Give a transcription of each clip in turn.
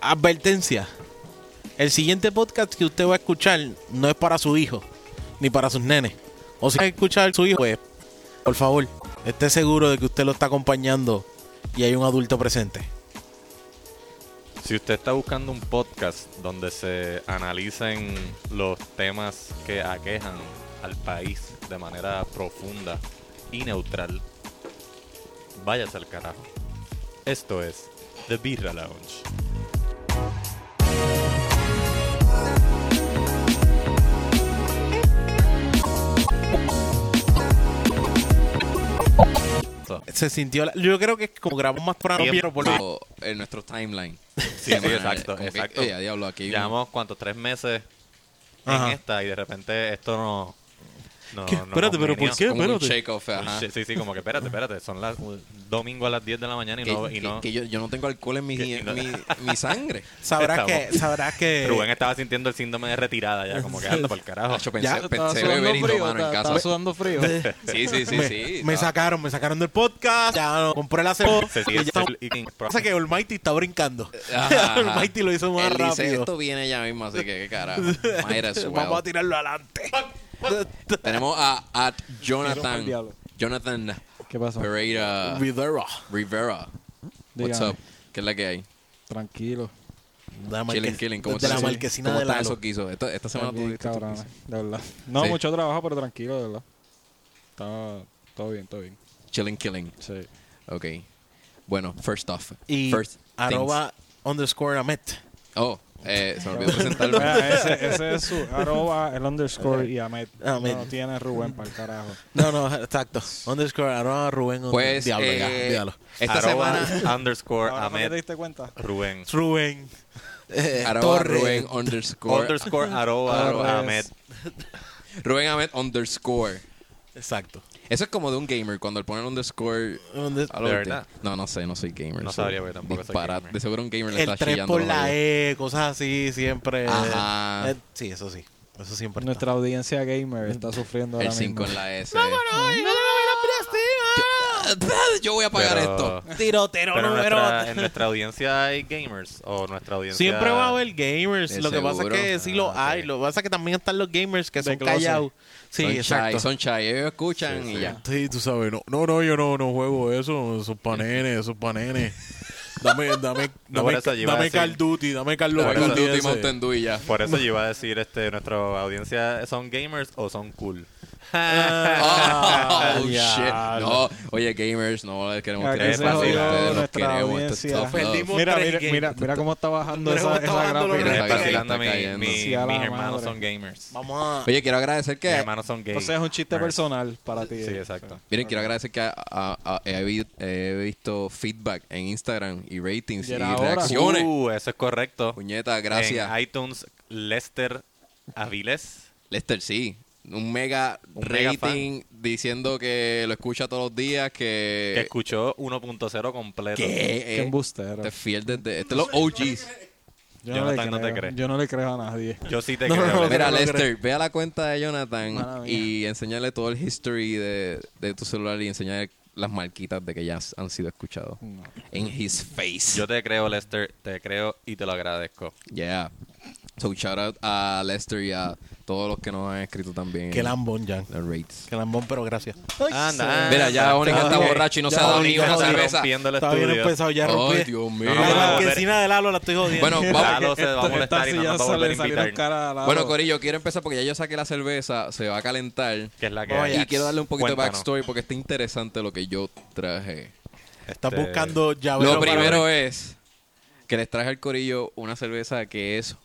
Advertencia. El siguiente podcast que usted va a escuchar no es para su hijo, ni para sus nenes. O si va a escuchar a su hijo, pues, por favor, esté seguro de que usted lo está acompañando y hay un adulto presente. Si usted está buscando un podcast donde se analicen los temas que aquejan al país de manera profunda y neutral, váyase al carajo. Esto es The Birra Lounge. So, Se sintió. la- yo creo que es como grabamos más por Tiempo. por o en nuestro timeline. sí, exacto, Como que, exacto. "Ey, eh, a diablo, aquí. Llevamos cuántos tres meses Ajá. en esta y de repente esto no. no- ¿Qué? no Espérate, congenió. pero ¿por qué? como un Espérate. shake-off, Un ajá. Oh, shit, Sí, sí, como que espérate, espérate. Son las un domingo a las 10 de la mañana y Que, no. Y que- no. que yo, yo no tengo alcohol en mi, Que- en mi, mi sangre. Sabrás Estamos. que. Sabrás que. Rubén estaba sintiendo el síndrome de retirada ya, como que anda por el carajo. Nacho, pensé, Ya. pensé beber y no, mano, en casa. Estaba sudando frío. Sí, sí, sí, me, sí. me no. sacaron, me sacaron del podcast. Ya no, compré la cebo. Se y sigue- ya estamos- se- Pasa que Almighty está brincando. Ajá, ajá. Almighty lo hizo más Él rápido. dice, esto viene ella misma, así que qué carajo. Might as well. Vamos a tirarlo adelante. Tenemos a, a Quiero al Jonathan. diablo. Jonathan ¿Qué pasó? Pereira Videra. Rivera. What's Dígame. up? ¿Qué es la que hay? Tranquilo. La marque- Killing, killing. ¿Cómo de estás? la marquesina ¿Cómo de están Lalo. esos guisos? Esta, esta semana Bien, tuviste tus cabrona, guisos. de verdad. No, Sí. mucho trabajo, pero tranquilo, de verdad. Está todo bien, todo bien. Chilling, killing. Sí. Ok. Bueno, first off. Y first things. arroba underscore Amet. Oh, eh, se me olvidó presentarme. Vea, ese, ese es su arroba, el underscore y Ahmed. Ahmed. No tiene Rubén para el carajo. No, no, exacto. Underscore arroba Rubén. under- Pues, diablo, ya, eh, diablo. esta Arroba semana, underscore Ahora fue que te Ahmed diste cuenta? Rubén. Rubén. eh, arroba Torre. Rubén underscore. Underscore arroba Arroba Ahmed. es- Rubén Ahmed underscore. Exacto. Eso es como de un gamer, cuando le ponen underscore. Under- a lo ¿De último. verdad? No, no sé, no soy gamer. No soy sabría, porque tampoco soy disparate. gamer. De seguro un gamer le El está 3 chillando. por los la oídos. E, cosas así, siempre. Ajá. Eh, sí, eso sí. Eso siempre. está. Nuestra audiencia gamer está sufriendo El ahora 5 mismo. en la S. Tiro, Yo voy a pagar Pero- esto. Tirotero Pero en número nuestra, en nuestra audiencia hay gamers o nuestra audiencia. Siempre va a haber gamers. De Lo que pasa es seguro. que sí lo Ah, hay. ok. Lo que pasa es que también están los gamers que De son closet. callados. Sí, son exacto. chai, son chai. Ellos escuchan y ya. Sí, tú sabes. No, no, no, yo no, no juego eso. Esos panenes, esos panenes. Dame, dame, No, por eso yo iba a decir- Duty, dame Call Lo Por Call eso- of Duty Duty ese. Mountain Dew y ya. Por eso yo iba a decir, este, nuestra audiencia son gamers o son cool. Ah, Oh, shit. ya. No, oye, gamers, no les queremos Ya tirar que el se paso. jodió Ustedes los nuestra queremos. Esto audiencia. es tough love. Perdimos. Mira, Tres mira, games. mira, mira cómo está bajando Pero esa, está esa bajando los Me gráfica. Está está cayendo, vacilando está mi- cayendo. mi- Sí, a la mis hermanos madre. son gamers. Vamos a. Oye, quiero agradecer Mis que hermanos son gays. Entonces es un chiste personal para ti. Sí, exacto. Miren, quiero agradecer que a- a- a- he, vi- he visto feedback en Instagram y ratings Y y, era ahora. reacciones. Uh, eso es correcto. Puñeta, gracias. En iTunes, Lester Avilés. Lester, sí. Un mega Un mega rating diciendo que lo escucha todos los días, que... que escuchó 1.0 completo. Eh. ¿Qué? Qué embustero. Te fiel desde... Este es los OGs. Yo no, Jonathan le no te creo. cree. Yo no le creo a nadie. Yo sí te No, creo. no, no, Mira, creo. Lester, ve a la cuenta de Jonathan Mala y enséñale todo el history de, de tu celular y enséñale las marquitas de que ya han sido escuchados. No. En his face. Yo te creo, Lester. Te creo y te lo agradezco. Yeah. So shout out a Lester y a todos los que nos han escrito también. Que en lambón, Jan. los rates. Que lambón, pero gracias. Anda. Mira, ya Onika está ok. borracho y no se ha Ya dado ni Onika una está cerveza. rompiendo el Está bien estudio. empezado ya. rompí. Ay, Dios No, mío. no, la no, marquesina de Lalo la estoy jodiendo. Bueno, vamos. Lalo se va a molestar y no nos va a volver a invitar. Bueno, Corillo, quiero empezar porque ya yo saqué la cerveza, se va a calentar. que es la que Oye, hay. Y quiero darle un poquito de Cuéntanos. backstory porque está interesante lo que yo traje. Estás Este, buscando llave. Lo primero es que les traje al Corillo una cerveza que es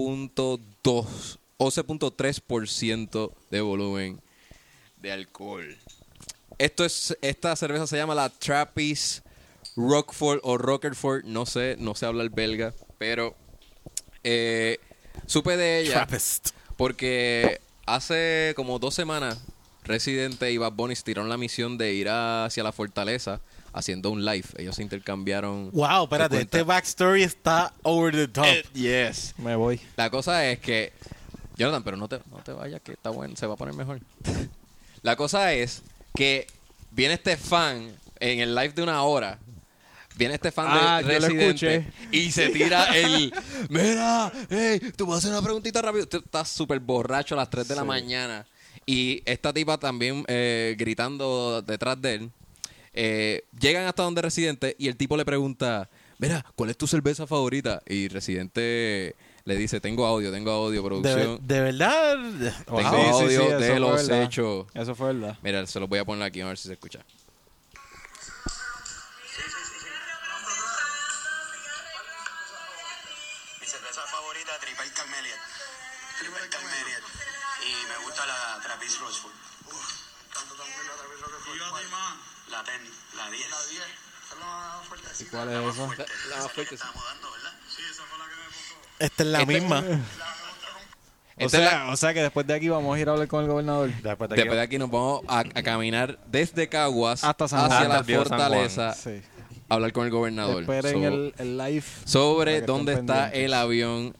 11.2, 11.3% de volumen de alcohol. Esto es, esta cerveza se llama la Trappist Rockford o Rockerford, no sé, no sé hablar belga, pero eh, supe de ella Trappist. porque hace como dos semanas Residente y Bad Bunny se tiraron la misión de ir hacia la fortaleza haciendo un live. Ellos se intercambiaron. Wow, espérate. su cuenta. Este backstory está over the top. Eh, yes. Me voy. La cosa es que. Jonathan, pero no te, no te vayas, que está bueno, se va a poner mejor. la cosa es que viene este fan en el live de una hora Viene este fan Ah, de yo lo Residente escuché. y se tira el. Mira, hey, tú vas a hacer una preguntita rápido. Tú estás súper borracho a las 3 de la mañana. Y esta tipa también eh, gritando detrás de él. Eh, llegan hasta donde Residente y el tipo le pregunta: Mira, ¿cuál es tu cerveza favorita? Y Residente le dice: Tengo audio, tengo audio, De, producción. ver- de verdad. Tengo Wow. audio eso de fue los verdad. hechos. Eso fue verdad. Mira, se los voy a poner aquí a ver si se escucha. Mi cerveza favorita, Tripel Carmeliet. Tripel Carmeliet. Y me gusta la Travis Rosewood. Tanto también la Travis Rosewood. ¿Y a más? La 10, la 10. La 10. Esa es la más fuerte. ¿Y cuál es esa? La más fuerte, sí. Estamos dando, ¿verdad? Sí, esa fue la que me puso. Esta es la Este- misma. O Esta Este es la- sea, o sea que después de aquí vamos a ir a hablar con el gobernador. Después de Después de aquí nos vamos a, a caminar desde Caguas Hasta San Juan. hacia Hasta la el viejo San fortaleza Sí. a hablar con el gobernador Esperen So- el, el live. sobre para que dónde estén está pendientes. el avión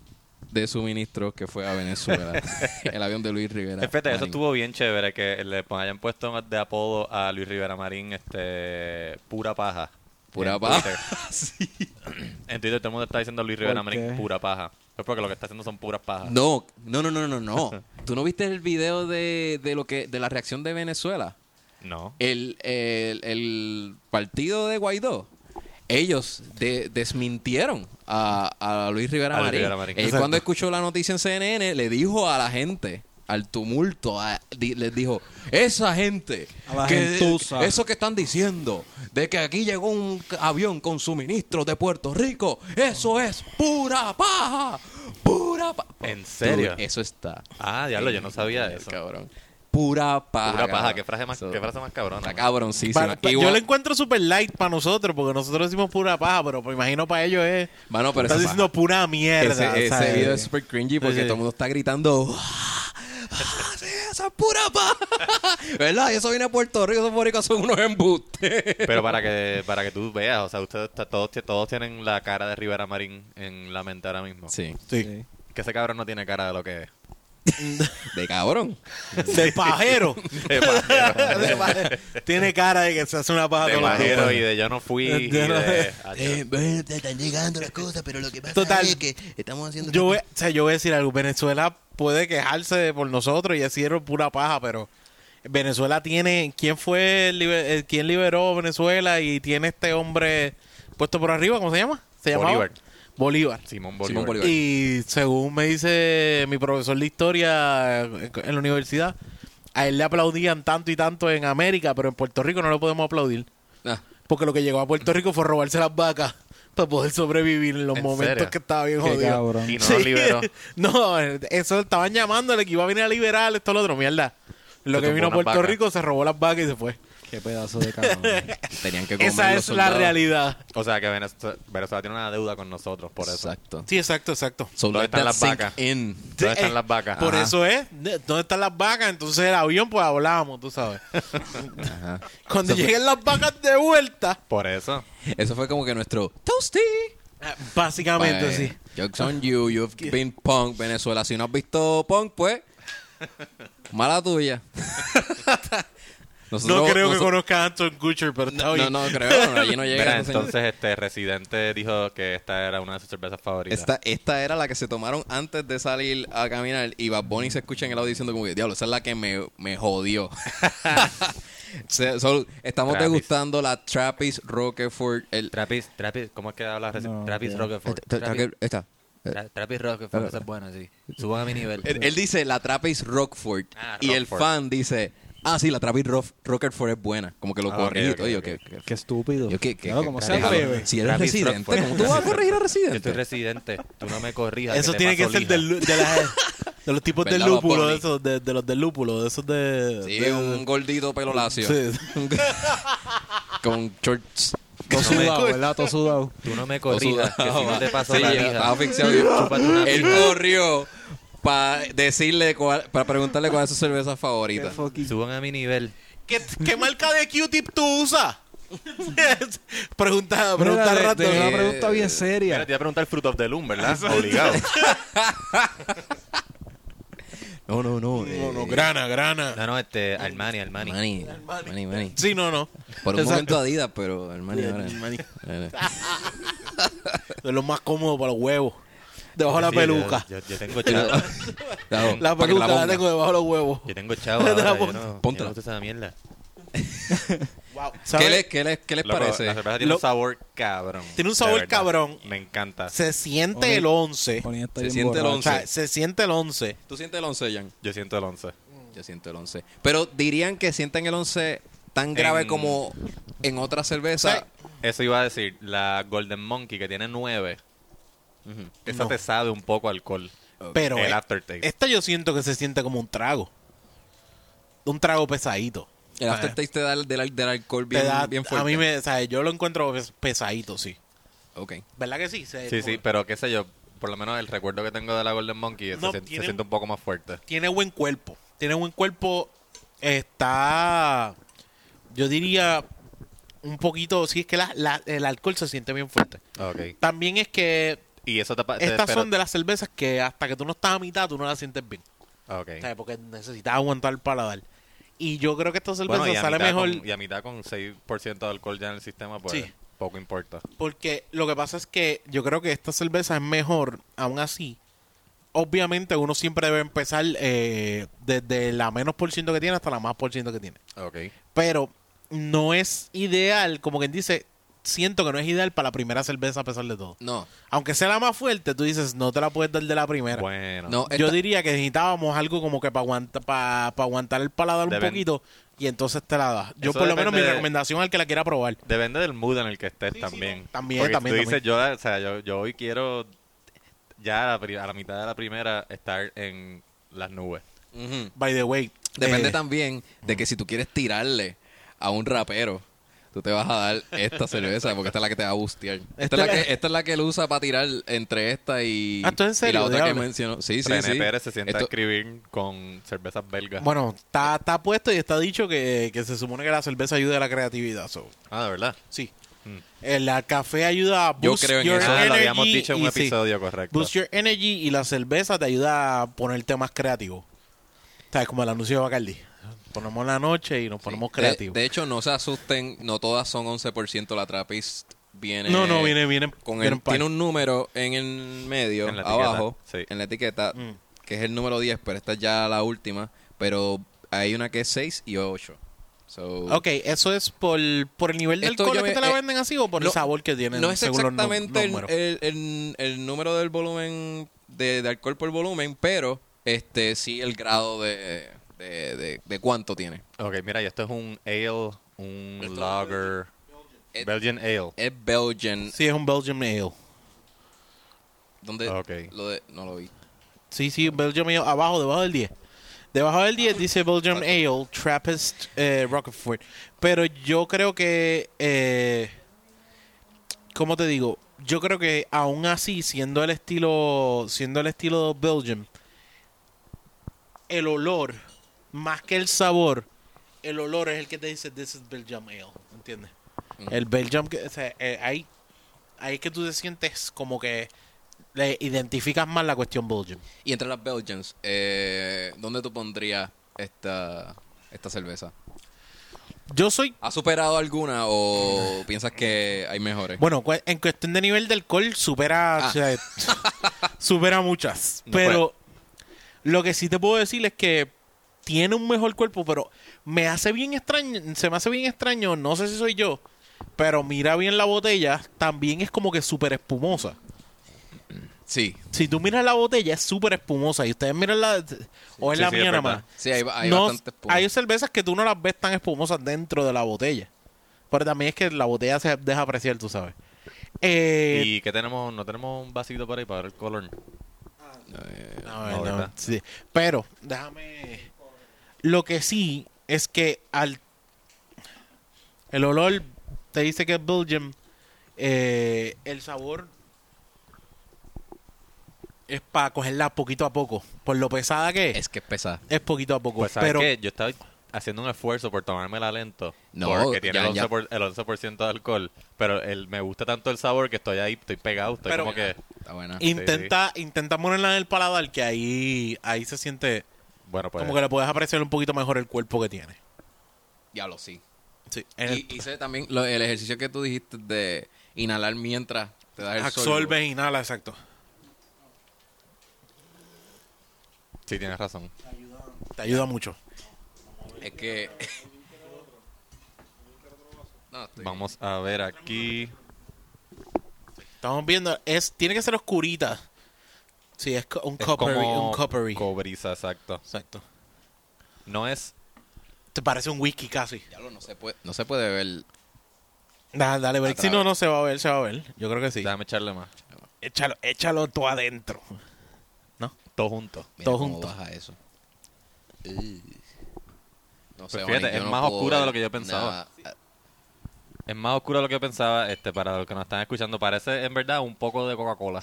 de suministro que fue a Venezuela. el avión de Luis Rivera. Espérate, eh, eso Marín. estuvo bien chévere que le pon- hayan puesto de apodo a Luis Rivera Marín este pura paja. Pura En paja. Twitter. En Twitter todo el mundo está diciendo Luis Rivera ¿Por Marín qué? pura paja. Es porque lo que está haciendo son puras pajas. No, no, no, no, no, no. ¿Tú no viste el video de, de lo que de la reacción de Venezuela? No. el, el- el partido de Guaidó, ellos de- desmintieron a, a Luis Rivera A Luis Marín. Rivera Marín. Él Exacto. cuando escuchó la noticia en CNN, le dijo a la gente, al tumulto, a- di- les dijo, esa gente, A la gentuza. eso que están diciendo, de que aquí llegó un avión con suministros de Puerto Rico, eso es pura paja, pura paja. ¿En serio? eso está. Ah, diablo, yo no sabía Eh, eso. Cabrón. Pura paja. Pura paja, cabrón. qué frase más, Eso- qué frase más cabrona. Está cabroncísima. Pa- pa- yo Igual- lo encuentro super light para nosotros, porque nosotros decimos pura paja, pero me imagino para ellos es. Mano, pero estás esa diciendo pura mierda. eh, ese, ese ¿sabes? video es super cringy porque Sí, sí. todo el mundo está gritando. "Ah, ah, sí, esa es pura paja. ¿Verdad? Y eso viene a Puerto Rico. Esos boricos son unos embustes. Pero para que para que tú veas, o sea, ustedes está- todos ti- todos tienen la cara de Rivera Marín en la mente ahora mismo. Sí. Sí. Sí. Que ese cabrón no tiene cara de lo que es. De cabrón. De pajero. De pajero. De pajero. Tiene cara de que se hace una paja De todos los días. pajero y de yo no fui. y Yo no- de- Ah, yo- Eh, bueno, te están llegando las cosas, pero lo que pasa Total. es que estamos haciendo... Yo voy, o sea, yo voy a decir algo. Venezuela puede quejarse de por nosotros y decir pura paja, pero Venezuela tiene. ¿Quién fue el liber- el- quién liberó Venezuela y tiene este hombre puesto por arriba? ¿Cómo se llama? Se llamaba Bolívar. Bolívar. Simón Simón Bolívar. Bolívar. Y según me dice mi profesor de historia en la universidad, a él le aplaudían tanto y tanto en América, pero en Puerto Rico no lo podemos aplaudir. Ah, Porque lo que llegó a Puerto Rico fue robarse las vacas para poder sobrevivir en los ¿En momentos serio? que estaba bien Qué jodido. cabrón. Y no lo liberó. no, eso estaban llamándole que iba a venir a liberar esto lo otro, mierda. Lo Se que tumbó vino a unas Puerto vacas. Rico se robó las vacas y se fue. Qué pedazo de cabrón. eh. tenían que comer Esa los es la soldados. realidad. O sea que Venezuela, Venezuela tiene una deuda con nosotros por eso. Exacto. Sí, exacto, exacto. So ¿Dónde let están that las sink vacas? in. ¿Dónde Sí, están eh, las vacas? Por Ajá. eso es, de- ¿dónde están las vacas? Entonces el avión, pues hablábamos, tú sabes. Cuando lleguen las vacas de vuelta, Por eso. Eso fue como que nuestro toasty. eh, básicamente Pues, sí. Jokes on you. You've been punk, Venezuela. Si no has visto punk, pues. Mala tuya. No Nosotros- creo que nosotros- conozca a Anton Kutcher, pero está No, no, bien. no creo. no, allí no llega. Mira, ese señor. entonces este residente dijo que esta era una de sus cervezas favoritas. Esta, esta era la que se tomaron antes de salir a caminar y Bad Bunny se escucha en el audio diciendo como que, diablo, esa es la que me, me jodió. Se- so, estamos Trappist. degustando la Trappist Rockefort. El, Trappist, Trappist, ¿cómo es que habla reci- No, Trappist ya. Rockefeller? Tra- tra- Trappist- esta. eh, Tra- Trappist Rockefeller, esa es buena, sí. Suban a mi nivel. Él, él dice la Trappist Rockford Ah, y el Rockford. fan dice, ah, sí, la Trappist Rock, Rockefort es buena. Como que lo Ah, corrigió. ok, ok, Oye, ok, que- Qué estúpido. yo, que- que- Claro, que- como se déjalo. atreve. Si eres Trappist residente, Rockford. ¿cómo tú vas a corregir a Yo estoy residente? residente, tú no me corrijas. Eso te tiene que paso ser lija. del lu- de, las- de los tipos de ¿Verdad, Bad lúpulo, Bunny? de, esos, de, de los del lúpulo, de esos de... Sí, de- un gordito pelo lacio. Sí. Con shorts Todo No me- sudado, ¿verdad? Todo sudado. Tú no me corrijas, que si no te paso Sí, la ya, lija. estaba asfixiado. Yo- Chúpate una Él lija. corrió para decirle cuál, para preguntarle cuál es su cerveza favorita. Suban a mi nivel. ¿Qué, qué marca de Q-tip tú usas? pregunta, pregunta Mira, de- rato. de random. Una pregunta bien Mira, eh, seria. te iba a preguntar Fruit of the Loom, ¿verdad? Obligado. No, no, no. No, no, eh, grana, grana. No, no, este, Armani, Armani. Armani. Armani. Armani, Armani. Sí, no, no. Por un Exacto. momento Adidas, pero Armani ahora. Armani. Ahora. Es lo más cómodo para los huevos. Debajo de la Sí, peluca. Yo, yo- yo tengo chavo. Claro, La para que peluca la ponga. tengo debajo de los huevos. Yo tengo chavo. ahora, la yo pon- no- yo no póntela. uso esa mierda. ¿Sabes? ¿Qué les, qué les- qué les Loco, La parece? cerveza tiene Lo- un sabor cabrón. Tiene un de sabor verdad. cabrón. Me encanta. Se siente Ok. el 11. Ponía esta Se bien siente el borracho. O sea, 11. se siente el 11. ¿Tú sientes el 11, Jan? Yo siento el 11. Yo siento el 11. Pero dirían que sienten el 11 tan grave En- como en otra cerveza. Eso iba a decir, la Golden Monkey que tiene 9. Esa No. te sabe un poco a alcohol. Pero El eh, aftertaste. esta yo siento que se siente como un trago. Un trago pesadito. Eh, El aftertaste te da el- del, al- del alcohol Te bien, da- bien fuerte. A mí me, o sea, yo lo encuentro pes- pesadito, sí. Ok. ¿Verdad que sí? Se- Sí, como- sí, pero qué sé yo. Por lo menos el recuerdo que tengo de la Golden Monkey se No, sien- se, tiene- siente un poco más fuerte. Tiene buen cuerpo. Tiene buen cuerpo. Está. Yo diría. Un poquito. Sí, es que la- la- el alcohol se siente bien fuerte. Ok. También es que. Y eso te pa- Ah, te- Estas pero- son de las cervezas que hasta que tú no estás a mitad, tú no las sientes bien. Ok. ¿sabes? Porque necesitas aguantar el paladar. Y yo creo que esta cerveza Bueno, y a, sale mitad mejor. con, y a mitad con 6% de alcohol ya en el sistema, pues Sí. poco importa. Porque lo que pasa es que yo creo que esta cerveza es mejor, aún así. Obviamente uno siempre debe empezar eh, desde la menos por ciento que tiene hasta la más por ciento que tiene. Ok. Pero no es ideal, como quien dice, siento que no es ideal para la primera cerveza a pesar de todo. No, Aunque sea la más fuerte, tú dices, no te la puedes dar de la primera. Bueno. no. Yo esta- diría que necesitábamos algo como que para aguantar, para, aguantar el paladar Deben- un poquito y entonces te la das. Yo Eso por lo menos mi depende- recomendación al que la quiera probar. Depende del mood en el que estés sí, también. no. También, Porque si también, Tú dices, yo, o sea, yo, yo hoy quiero ya a la, pri- a la mitad de la primera estar en las nubes. Ujú. By the way. Depende eh, también de que si tú quieres tirarle a un rapero, tú te vas a dar esta cerveza porque esta es la que te va a bustear. Esta, Esta es, la Este es la- que, esta es la que él usa para tirar entre esta y, Ah, ¿esto es en y serio, la otra que diablo? mencionó. Sí, sí, René sí. Pérez se sienta a Esto- escribir con cervezas belgas. Bueno, está, está puesto y está dicho que, que se supone que la cerveza ayuda a la creatividad. so, Ah, de verdad. sí. El la café ayuda a Mm. Yo boost creo en your eso. Eso lo habíamos energy dicho en y un sí, episodio, correcto. Boost your energy y la cerveza te ayuda a ponerte más creativo. ¿Sabes? Como el anuncio de Bacardi. Ponemos la noche y nos ponemos de- creativos. De, hecho, no se asusten, no todas son 11%. La Trapist viene. no, no, viene, viene. Con viene el, par. tiene un número en el medio, En la etiqueta, abajo, sí. en la etiqueta, Mm. que es el número 10, pero esta es ya la última. Pero hay una que es 6 y 8. So, Ok, eso es por, por el nivel de Esto alcohol yo que me- te la eh, venden así o por no- el sabor que tienen no es según los nu- exactamente el, números? el- el- el número del volumen, de, de alcohol por volumen, pero este sí el grado de, de, de- de cuánto tiene. Ok, mira, y esto es un ale, un lager, Eh, Belgian ale. Es Belgian, Sí, es un Belgian Ale. donde Ok. lo de- no lo vi. Sí, sí, Belgium Ale, abajo, debajo del 10. Debajo del 10 dice Belgium Ale, Trappist, eh, Rockford. Pero yo creo que, eh, ¿cómo te digo? Yo creo que aún así, siendo el estilo, siendo el estilo Belgium, el olor, más que el sabor, el olor es el que te dice, this is Belgium Ale, ¿entiendes? El Belgium, que- o sea, eh, ahí, ahí es que tú te sientes como que le identificas más la cuestión Belgium. Y entre las Belgians, eh, ¿dónde tú pondrías esta, esta cerveza? Yo soy. ¿Has superado alguna o piensas que hay mejores? Bueno, cu- en cuestión de nivel de alcohol, supera. o sea, supera muchas. No pero lo que sí te puedo decir es que tiene un mejor cuerpo, pero me hace bien extraño. Se me hace bien extraño, no sé si soy yo. Pero mira bien la botella, también es como que súper espumosa. sí. Si tú miras la botella, es súper espumosa. Y ustedes miran la. O es Sí, la sí, mía es nada verdad. más. Sí, hay, hay no, bastante espuma. hay cervezas que tú no las ves tan espumosas dentro de la botella. Pero también es que la botella se deja apreciar, tú sabes. Eh, ¿Y qué tenemos? ¿No tenemos un vasito por ahí para ver el color? no, no, ¿verdad? sí. Pero, déjame. Lo que sí es que al. El olor te dice que es Belgium. eh, el sabor es para cogerla poquito a poco. Por lo pesada eh. que es, es, Es que es pesada. poquito a poco. Pues, ¿sabes pero qué? Yo estaba haciendo un esfuerzo por tomarme la lento. No, porque tiene ya, el, ya. 11%, por- el 11% de alcohol. Pero el, me gusta tanto el sabor que estoy ahí, estoy pegado. Estoy Pero- como que Está buena. Intenta, intenta ponerla en el paladar que ahí, ahí se siente. Bueno, pues. Como que le puedes apreciar un poquito mejor el cuerpo que tiene. Diablo, sí. Sí. En el- Y hice también lo- el ejercicio que tú dijiste de inhalar mientras te das el absorbe, inhala, exacto. Sí, tienes razón. Te ayuda mucho. sorbo. Es que... no, estoy... Vamos a ver aquí. Estamos viendo, es, tiene que ser oscurita. Sí, es co- un Es coppery. como Un coppery. Cobriza, exacto. Exacto. No es. Te parece un whisky casi. Diablo, no se puede, no se puede ver. Dale, dale, ver. Si Atrás. no, no se va a ver, se va a ver. Yo creo que sí. Déjame echarle más. Échalo, échalo tú adentro. Todo junto. Mira Todo cómo junto. baja eso. Ugh. No Pues Juanes, fíjate, yo es no más puedo oscura de ver lo que yo pensaba. nada. Ah, Es más oscuro de lo que pensaba. Este, para los que nos están escuchando, parece en verdad un poco de Coca-Cola.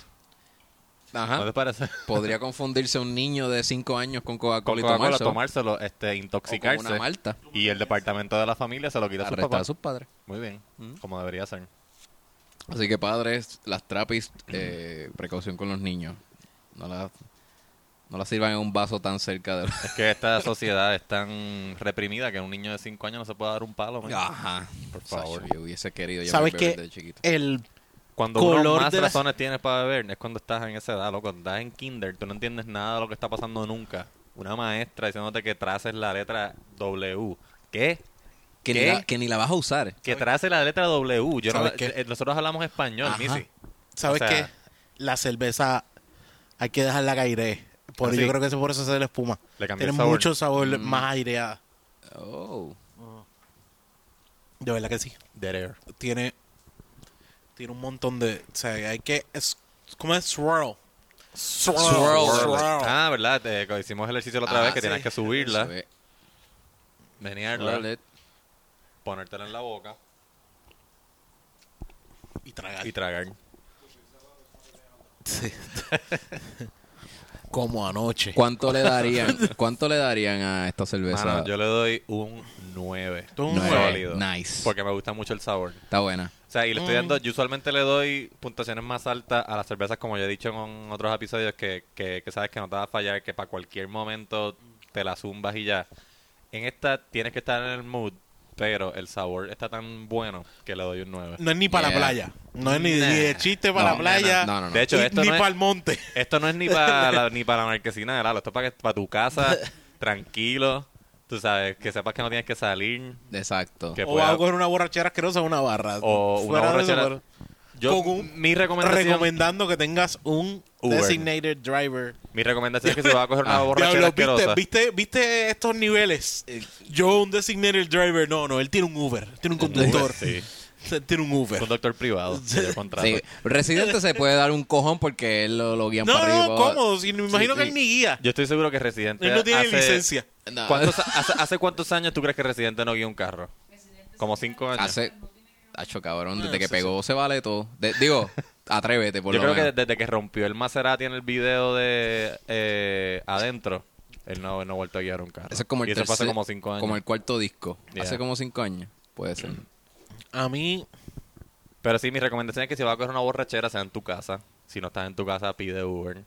¿No Ajá. te parece? Pues, Podría confundirse un niño de 5 años con Con Coca-Cola y Coca-Cola, tomárselo. tomárselo, este, O con una intoxicarse. malta. Y el departamento de la familia se lo quita a sus Arrestar a papás. sus padres. Muy bien, como debería ser. Así que padres, las trapis, eh, precaución con los niños. No las no las sirvan en un vaso tan cerca de... Es que esta sociedad es tan reprimida que un niño de 5 años no se puede dar un palo. man. Ajá. Por favor. Sacho, yo hubiese querido yo ¿Sabes beber qué? desde chiquito. El Cuando uno color más de las- razones tienes para beber es cuando estás en esa edad, loco. Cuando estás en kinder, tú no entiendes nada de lo que está pasando nunca. Una maestra diciéndote que traces la letra W. ¿Qué? ¿Qué? Que, Ni la, que ni la vas a usar. Que trace la letra W. Yo no- ¿Sabes qué? eh, Nosotros hablamos español, Ajá. Missy. ¿Sabes O sea- qué? La cerveza hay que dejarla que aire. Por, ¿Ah, sí? Yo creo que eso por eso se la espuma. Le cambió Tiene el sabor. Mm. mucho sabor más aireada. Oh. De verdad que sí. Dead air. Tiene tiene un montón de, o sea, hay que es como es swirl. Swirl. Swirl. Ah, ¿verdad? Te- cuando hicimos el ejercicio la otra Ah, vez que sí. tenías que subirla, Eso es. menearla, ponértela en la boca Y tragar. y tragar. como anoche. ¿Cuánto le darían? ¿Cuánto le darían a esta cerveza? Mano, yo le doy un 9. Tú un Nueve. nueve. Sólido. Nice. Porque me gusta mucho el sabor. Está buena. O sea, y le estoy Mm. dando, yo usualmente le doy puntuaciones más altas a las cervezas, como ya he dicho en otros episodios, que, que, que sabes que no te va a fallar, que para cualquier momento te la zumbas y ya. En esta tienes que estar en el mood, pero el sabor está tan bueno que le doy un 9. No es ni para Yeah. la playa. No es ni, ni de chiste para la No, playa. no, no, no. De hecho, ni- esto ni no es- para el monte. Esto no es ni para la, ni para la marquesina de Lalo, esto es para, que- para tu casa, tranquilo, tú sabes, que sepas que no tienes que salir, Exacto. que O pueda- algo en una borrachera asquerosa una barra. o una Fuera de eso, borrachera. pero- Yo, con un- mi recomendación, recomendando que tengas un Uber. designated driver. mi recomendación es que se va a coger una Ah. borrachera Diablo, ¿viste, asquerosa. viste, viste estos niveles. Yo un designated driver, no, no, él tiene un Uber, tiene un conductor, Sí, tiene un Uber. conductor privado, que yo contrato. Sí. Residente se puede dar un cojón porque él lo, lo guían No, para no, arriba. no, cómodo, si me imagino que sí. él ni guía. Yo estoy seguro que Residente Él no tiene hace, licencia. No. ¿cuántos, hace, hace cuántos años tú crees que Residente no guía un carro? Como cinco años. Hace. Hacho, cabrón, desde No, que sí, pegó se vale todo. De- digo, atrévete, por Yo lo creo que menos. desde que rompió el Maserati en el video de eh, adentro, él no, él no ha vuelto a guiar un carro. Eso es como el y eso fue hace tercer- como cinco años. Como el cuarto disco. Yeah. Mm. Hace como cinco años. Puede ser. A mí, Pero sí, mi recomendación es que si vas a coger una borrachera, sea en tu casa. Si no estás en tu casa, pide Uber.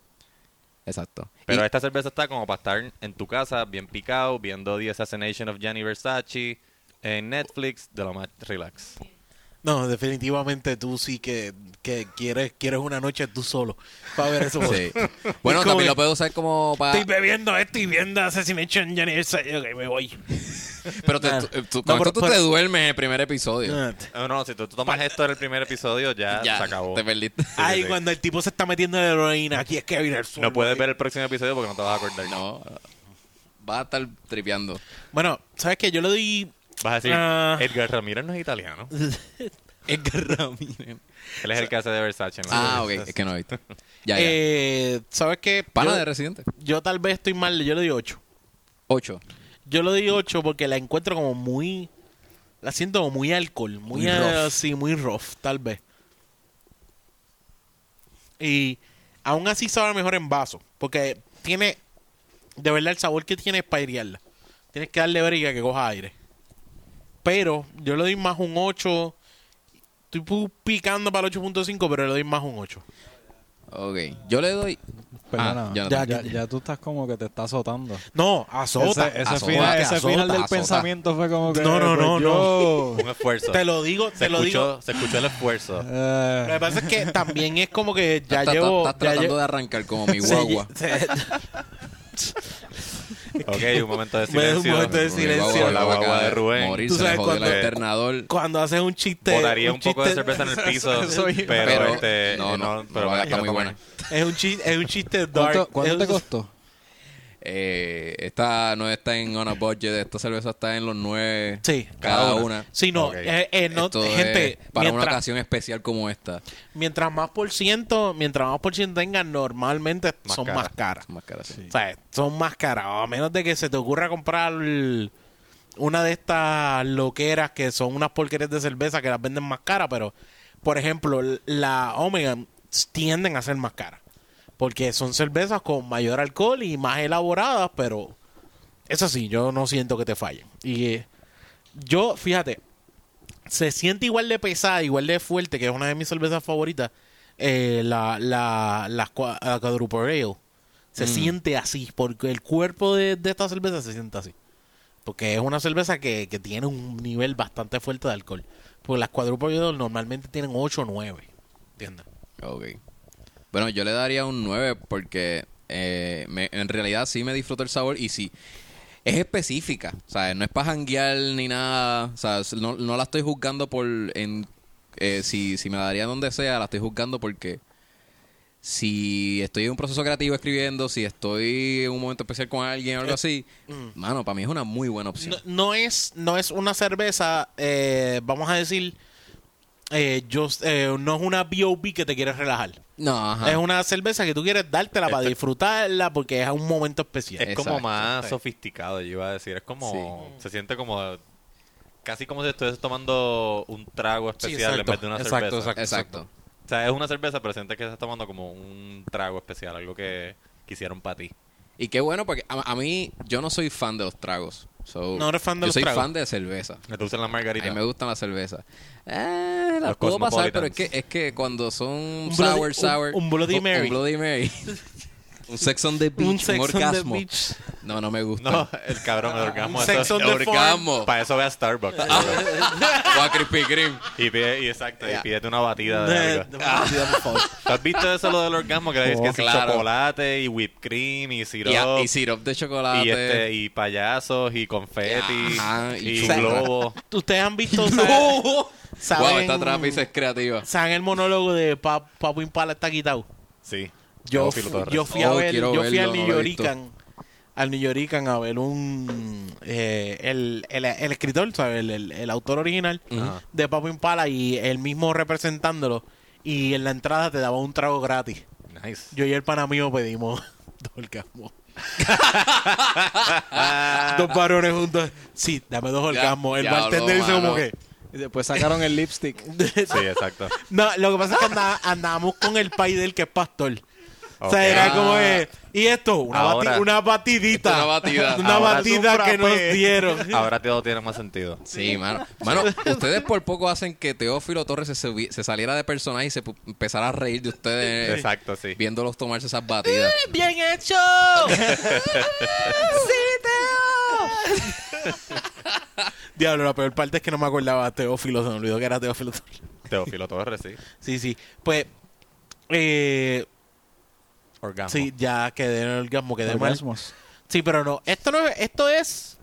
Exacto. Pero Y- esta cerveza está como para estar en tu casa, bien picado, viendo The Assassination of Gianni Versace en Netflix, de lo más relax. no, definitivamente tú sí que, que quieres, quieres una noche tú solo para ver eso. sí. Bueno, Es como también que lo puedo usar como para. Estoy bebiendo esto y viendo Assassination Johnny Versace. Ok, me voy. Pero te, Ah. Nah. tú, tú- No, con pero- esto tú pero- te duermes en el primer episodio. Ah, No, Oh, no, si tú, tú tomas esto en el primer episodio, ya, ya, Ah, se acabó. Te perdiste. Ay, sí. cuando el tipo se está metiendo de heroína, aquí es que viene el sur. No puedes ver el próximo episodio porque no te vas a acordar. No. Vas a estar tripeando. Bueno, ¿sabes qué? Yo le doy Vas a decir, Ah. Edgar Ramírez no es italiano. Edgar eh. Ramírez. Él es el que hace de Versace. ¿no? Ah, ok. Es que no he visto. Ya, ya. Eh, ¿Sabes qué? Pana yo, de Residente. yo tal vez estoy mal, yo le doy 8. Ocho. Yo le doy 8 porque la encuentro como muy. La siento como muy alcohol, muy, Muy a- rough. sí, muy rough, tal vez. Y aún así sabe mejor en vaso, porque tiene. De verdad, el sabor que tiene es para airearla. Tienes que darle briga que coja aire. Pero yo le doy más un 8. Estoy pu- picando para el 8.5, pero le doy más un 8. Ok. Yo le doy. Perdona, Ah, Pues ya, Jonathan. ya- ya tú estás como que te está azotando. No, azota. ese ese azota. final, ese azota, final del azota. pensamiento fue como que. pues No, no, no, no. yo- Un esfuerzo. Te lo digo, se, te lo escuchó, digo. se escuchó el esfuerzo. Eh, Lo que pasa es que también es como que ya Estás- llevo. Estás ya tratando llevo- de arrancar como mi se- guagua. se- Ok, un momento de Me da un silencio. momento de Como mi silencio. Con la le va a guagua de caer- Rubén. Morir, Tú se le sabes jodió el cuando- alternador. Cuando haces un chiste. Botaría un, poco de chiste- cerveza en el piso. Eso- eso- pero, Pero, este, no, no, pero no, me está imagino muy que buena. Es un chiste, es un chiste dark. ¿Cuánto, cuánto Es te un- costó? Eh, esta no está en on a budget, esta cerveza está en los nueve. Sí. Cada una. Sí, no. Ok. eh, eh, no Esto es gente, para una mientras, ocasión especial como esta. mientras más por ciento, mientras más por ciento tengan, normalmente Más son cara. más caras. Más cara, sí. O sea, son más caras. A menos de que se te ocurra comprar una de estas loqueras que son unas porquerías de cerveza que las venden más caras, pero, por ejemplo, la Omega tienden a ser más caras. Porque son cervezas con mayor alcohol y más elaboradas, pero eso sí, yo no siento que te fallen. Y eh, yo, fíjate, se siente igual de pesada, igual de fuerte, que es una de mis cervezas favoritas, eh, la, la, la, cua- la Quadruple Ale. Se siente así, porque el cuerpo de, de esta cerveza se siente así. Porque es una cerveza que, que tiene un nivel bastante fuerte de alcohol. Porque las Quadruple Ale normalmente tienen 8 o 9. ¿Entiendes? Ok. Bueno, yo le daría un 9 porque eh, me- en realidad sí me disfruto el sabor y sí. Es específica, ¿sabes? No es para janguear ni nada, ¿sabes? No, no la estoy juzgando por... En, eh, si, si me la daría donde sea, la estoy juzgando porque si estoy en un proceso creativo escribiendo, si estoy en un momento especial con alguien o algo así, Mm. mano, para mí es una muy buena opción. No, no es, no es una cerveza, eh, vamos a decir, eh, yo, eh, no es una B.O.B. que te quieres relajar. No, ajá. Es una cerveza que tú quieres dártela para Esto- disfrutarla porque es un momento Es especial. como Exacto. más Sí. sofisticado, yo iba a decir. Es como. Se siente como. Casi como si estuvieses tomando un trago Sí, especial en exacto, vez de una exacto, cerveza. exacto. Exacto. O sea, es una cerveza, pero sientes que estás tomando como un trago especial, algo que quisieron para ti. Y qué bueno porque a, a mí yo no soy fan de los tragos. So, No eres fan de yo los soy tragos. fan de cerveza. Me te gustan las A mí margaritas. me gustan las cervezas. Eh, las Los puedo pasar, pero es Cosmopolitans. que, es que cuando son Bloody- sour, un- sour. un Bloody Mary. Un Bloody Mary. un sex on the beach. Un, sex on the orgasmo. beach. No, no me gusta. No, el cabrón, el orgasmo. Un eso- Ah, sex on the Ah. orgasmo. Para eso ve a Starbucks. O a Krispy Kreme. y, pide, y exacto, y pídete una batida de De- algo. de- por favor. ¿Tú has visto eso lo del orgasmo? Que le dices Oh, que sí, claro. chocolate y whipped cream y sirope. Y, a- y syrup de chocolate. y este y payasos y confeti Ajá, y y, churras. globos Ustedes han visto. ¿saben- wow, ¿Saben, esta Travis es creativa. saben el monólogo de Pa- Papo Impala está quitado? sí Yo, Vamos, fu- Filo Torres. yo fui a Oh, ver, quiero yo fui verlo, al no New lo he visto. Yorican, al New Yorican a ver un eh, el, el- el escritor, ¿sabes? El, el- el autor original Ajá. de Papo Impala y él mismo representándolo y en la entrada te daba un trago gratis. nice Yo y el pana mío pedimos dos orgasmos. dos varones juntos. Sí, dame dos Ya, orgasmos. El ya habló, bartender dice mano. como que. y después sacaron el lipstick. sí exacto No, lo que pasa es que anda- andábamos con el país del que es pastor. O sea, Ok. era como que, Y esto, una, bati- Ahora- una batidita. Esto es una batida. Una Ahora batida es un que nos frappé. dieron. ahora todo tiene más sentido Sí, mano. Mano, ustedes por poco hacen que Teófilo Torres se, subi- se saliera de personaje y se pu- empezara a reír de ustedes. exacto sí Viéndolos tomarse esas batidas. ¡Bien hecho! Diablo, la peor parte es que no me acordaba de Teófilo. Se me olvidó que era Teófilo. Teófilo Torres sí Sí, sí. Pues, eh, orgasmo sí, ya quedé en el orgasmo, quedé mal. Orgasmos. Sí, pero no. Esto no es, esto es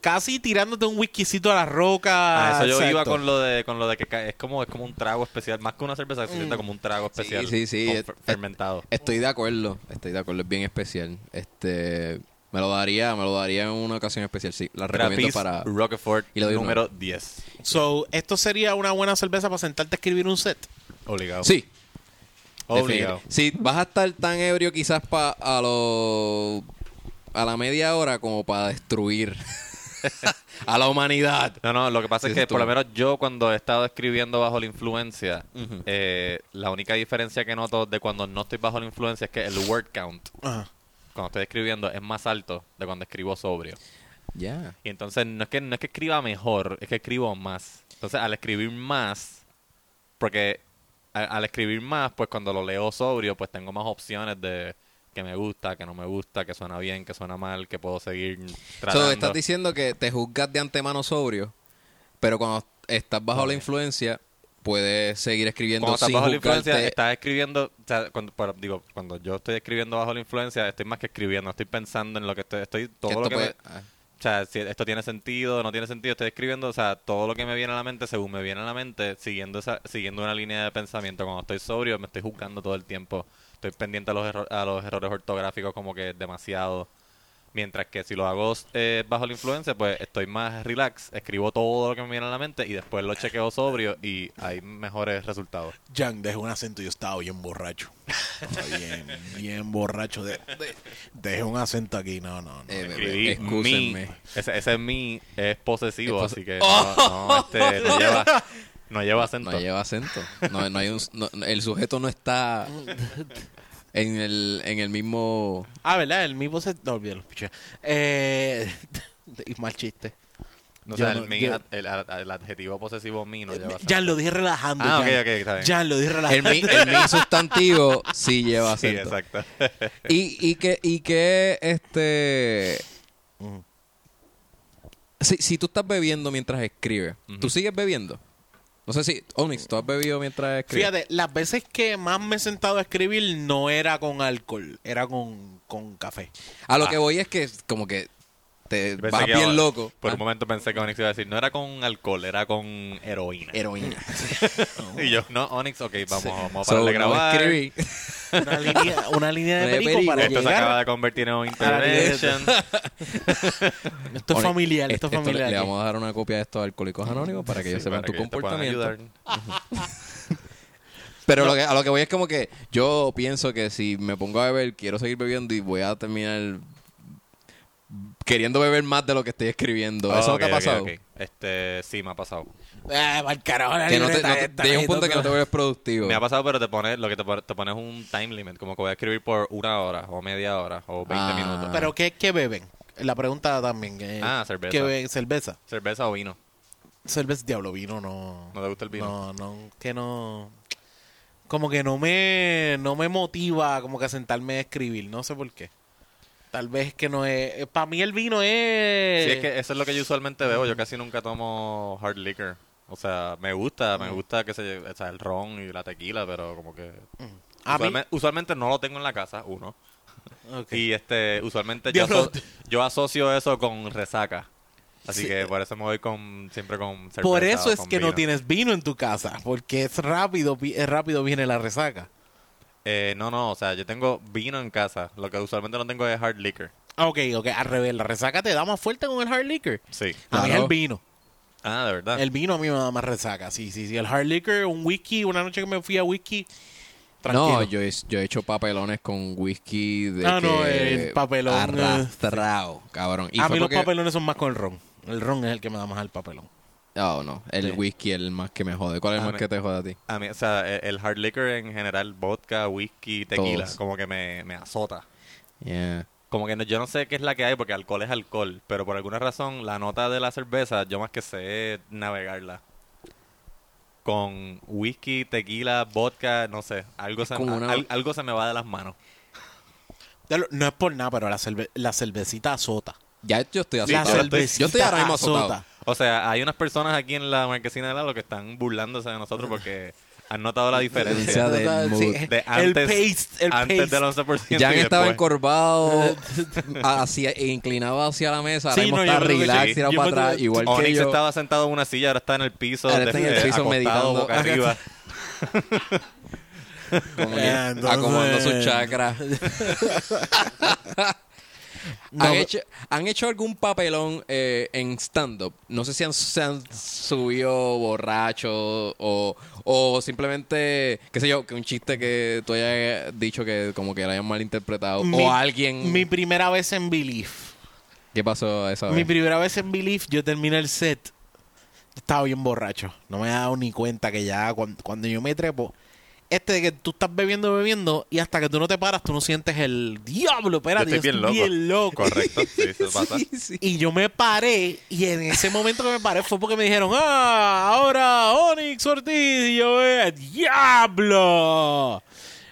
casi tirándote un whiskycito a la roca. Ah, eso yo exacto. iba con lo de con lo de que ca- es como es como un trago especial más que una cerveza se siente como un trago especial Mm. sí, sí, eh, con es- fer- fermentado Estoy de acuerdo, estoy de acuerdo, es bien especial. Este, me lo daría, me lo daría en una ocasión especial, sí. La recomiendo Trappist para Rockefort Y le doy un número 10 So, esto sería una buena cerveza para sentarte a escribir un set. obligado Sí. obligado Si vas a estar tan ebrio quizás pa, a lo a la media hora como para destruir a la humanidad. No, no, lo que pasa Sí, es sí, que tú. por lo menos yo cuando he estado escribiendo bajo la influencia, eh, la única diferencia que noto de cuando no estoy bajo la influencia es que el word count, Ajá. cuando estoy escribiendo, es más alto de cuando escribo sobrio. Ya. Y entonces no es que, no es que escriba mejor, es que escribo más. Entonces al escribir más, porque al, al escribir más, pues cuando lo leo sobrio, pues tengo más opciones de que me gusta, que no me gusta, que suena bien, que suena mal, que puedo seguir tratando. So, estás diciendo que te juzgas de antemano sobrio, pero cuando estás bajo la influencia, puedes seguir escribiendo cuando estás sin bajo la juzgarte. influencia, estás escribiendo, o sea, cuando, pero, digo, cuando yo estoy escribiendo bajo la influencia, estoy más que escribiendo, estoy pensando en lo que estoy, estoy que todo lo esto que me- puede- ah. o sea, si esto tiene sentido, no tiene sentido, estoy escribiendo, o sea, todo lo que me viene a la mente, según me viene a la mente, siguiendo esa, siguiendo una línea de pensamiento. Cuando estoy sobrio, me estoy juzgando todo el tiempo. Estoy pendiente a los, erro- a los errores ortográficos como que demasiado. Mientras que si lo hago eh, bajo la influencia, pues estoy más relax, escribo todo lo que me viene a la mente y después lo chequeo sobrio y hay mejores resultados. Jan, dejé un acento, yo estaba bien borracho. Estaba bien, bien borracho. De, de- dejé un acento aquí, no, no, no. Eh, Escribí excúsenme. mi. Ese, ese mi es posesivo, Es pose- Oh. así que no, no, este, no lleva, no lleva acento. No lleva acento. No, no hay un- no- no- el sujeto no está en el, en el mismo... Ah, ¿verdad? El mismo se... No, olvídalo, piché. Eh... mal chiste. No, Yo o sea, no- el, mi- yo- ad- el, ad- el adjetivo posesivo mi Eh, no lleva acento. Jan, lo dije relajando. Ah, ok, Jan. ok, está bien. Jan, lo dije El relajando. mi, el mi sustantivo sí lleva Sí, acento. exacto. Y, y que, y que este. Si, si tú estás bebiendo mientras escribes, ¿tú sigues bebiendo? No sé si, Onyx, ¿tú has bebido mientras escribes? Fíjate, las veces que más me he sentado a escribir no era con alcohol, era con, con café. A lo que Ah. voy es que, como que te Pensé vas que- bien loco. Por Ah, un momento pensé que Onyx iba a decir, no era con alcohol, era con heroína. Heroína. y yo, no, Onyx, ok, vamos, vamos a So, pararle de no grabar. escribí. Una línea, una línea De de perico perico. para Esto se llegar. acaba de convertir en un intervention. Esto es Onyx, familiar, esto es le- familiar. Le aquí. vamos a dar una copia de estos alcohólicos anónimos para que ellos Sí, sepan para tu que ellos te puedan comportamiento. ayudar. Pero lo que- a lo que voy es como que yo pienso que si me pongo a beber, quiero seguir bebiendo y voy a terminar queriendo beber más de lo que estoy escribiendo. ¿Eso no te Ok, ha ok, pasado? ok. Este, sí, me ha pasado. Ah, pa'l carajo, la Que no te, libreta no te- esta, llega un esto, punto que no te vuelves productivo. Me ha pasado, pero te pones, lo que te, pon- te pones un time limit, como que voy a escribir por una hora, o media hora, o 20 Ah. minutos. Pero ¿qué, qué beben? La pregunta también. eh, Ah, cerveza. ¿Qué beben? Cerveza. Cerveza o vino. Cerveza Diablo Vino no. ¿No te gusta el No, vino? no, que no. Como que no me, no me motiva como que a sentarme a escribir, no sé por qué. Tal vez que no es. Para mí el vino es. Sí, es que eso es lo que yo usualmente veo. Yo casi nunca tomo hard liquor. O sea, me gusta, me gusta que se, o sea, el ron y la tequila, pero como que A mí- usualme- usualmente no lo tengo en la casa, uno. Ok. Y este, usualmente yo, Diablo. aso- yo asocio eso con resaca. Así que por eso me voy con siempre con cerveza Por eso o es con que no vino. tienes vino en tu casa, porque es rápido, vi- es rápido viene la resaca. Eh, no, no, o sea, yo tengo vino en casa. Lo que usualmente no tengo es hard liquor. Ah, Ok, ok, al revés, la resaca te da más fuerte con el hard liquor. Sí. A mí es Claro. el vino. Ah, de verdad. El vino a mí me da más resaca, sí, sí, sí. El hard liquor, un whisky, una noche que me fui a whisky, tranquilo. No, yo he, yo he hecho papelones con whisky de Ah, no, que- el papelón, eh. arrastrado, cabrón. Y a fue mí los porque- papelones son más con el ron. El ron es el que me da más al papelón. No, Oh, no, el whisky es el más que me jode. ¿Cuál es el Ah, más me- que te jode a ti? A mí, o sea, el- el hard liquor en general, vodka, whisky, tequila, Todos. como que me, me azota. Yeah. Como que no- yo no sé qué es la que hay porque alcohol es alcohol, pero por alguna razón la nota de la cerveza yo más que sé navegarla. Con whisky, tequila, vodka, no sé, algo se, como a- una- al- algo se me va de las manos. Ya lo- No es por nada, pero la, cerve- la cervecita azota. Ya Ah, yo estoy la azotado. cervecita yo estoy ahora mismo azotado. O sea, hay unas personas aquí en la marquesina de lado que están burlándose de nosotros porque han notado la diferencia Diferencia del mood. sí, de el antes, paste, el antes paste. del 11%. Jan y estaba pues? después. encorvado, hacia, inclinado hacia la mesa. Sí, Ahora mismo no, yo está creo que relax, sí. tirado Yo para me tuve- atrás, igual que Onyx yo. estaba sentado en una silla, ahora está en el piso, Ahora está en el desde- piso acostado, meditando. boca arriba. como que Eh, entonces- acomodando sus chakras. No, ¿Han, hecho, han hecho algún papelón eh, en stand-up? No sé si han, se han subido borrachos o, o simplemente, qué sé yo, que un chiste que tú hayas dicho que como que lo hayan malinterpretado. mi- o alguien... Mi primera vez en Belief. ¿Qué pasó esa vez? Mi primera vez en Belief, yo terminé el set. Estaba bien borracho. No me he dado ni cuenta que ya cuan- cuando, yo me trepo, este de que tú estás bebiendo, bebiendo, y hasta que tú no te paras, tú no sientes el diablo, Yo espérate, estoy bien loco". loco. Correcto, sí, eso pasa. Sí, sí. Y yo me paré, y en ese momento que me paré fue porque me dijeron, ah, ahora Onyx Ortiz, y yo, "Eh, diablo.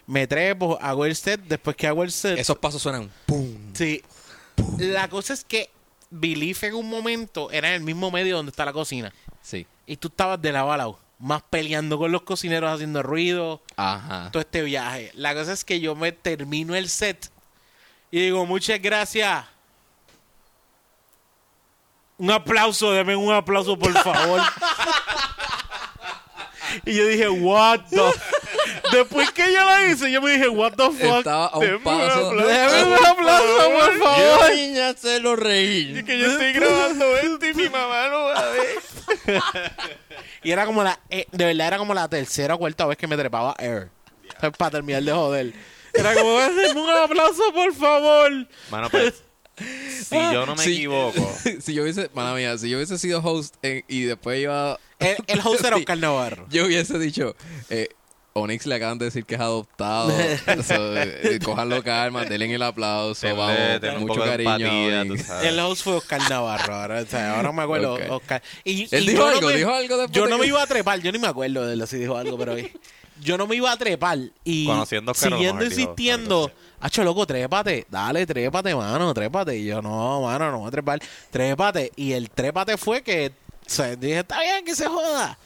Me trepo, hago el set, después que hago el set, Esos pasos suenan. ¡Pum! Sí. La cosa es que Belief en un momento era en el mismo medio donde está la cocina. Sí. Y tú estabas de lado a lado, más peleando con los cocineros, haciendo ruido, Ajá. todo este viaje. La cosa es que yo me termino el set y digo, muchas gracias. Un aplauso, deme un aplauso, por favor. y yo dije, what the... Después que yo lo hice, yo me dije, what the fuck. Estaba a un Deme paso. aplauso. Deme un aplauso, por favor. niña, hacerlo reír. que yo estoy grabando esto y mi mamá no va a ver. Y era como la, eh, de verdad era como la tercera o cuarta vez que me trepaba Air. Para terminar de joder. Era como, "Denme un aplauso, por favor. Mano, pues, si yo no me Sí. equivoco, si yo hubiese, mala mía, si yo hubiese sido host en- y después iba, El, el host era Sí. Oscar Navarro. yo hubiese dicho, eh, Onyx le acaban de decir que es adoptado, so, eh, cojanlo calma, denle el aplauso, Denle- vamos, denle un mucho poco de cariño. empatía, Onyx. tú sabes. El host fue Oscar Navarro. Ahora, o sea, ahora me acuerdo, Ok. Oscar. Y, Él y dijo yo no algo, me- dijo algo después Yo de no que- me iba a trepar. Yo ni me acuerdo de lo si dijo algo, pero yo no me iba a trepar. Y Conociendo a Oscar, a lo siguiendo mejor dijo insistiendo, algo hacho loco, trépate, dale, trépate, mano, trépate. Y yo, no, mano, no voy a trepar, trépate. Y el trépate fue que, o sea, dije, está bien, que se joda.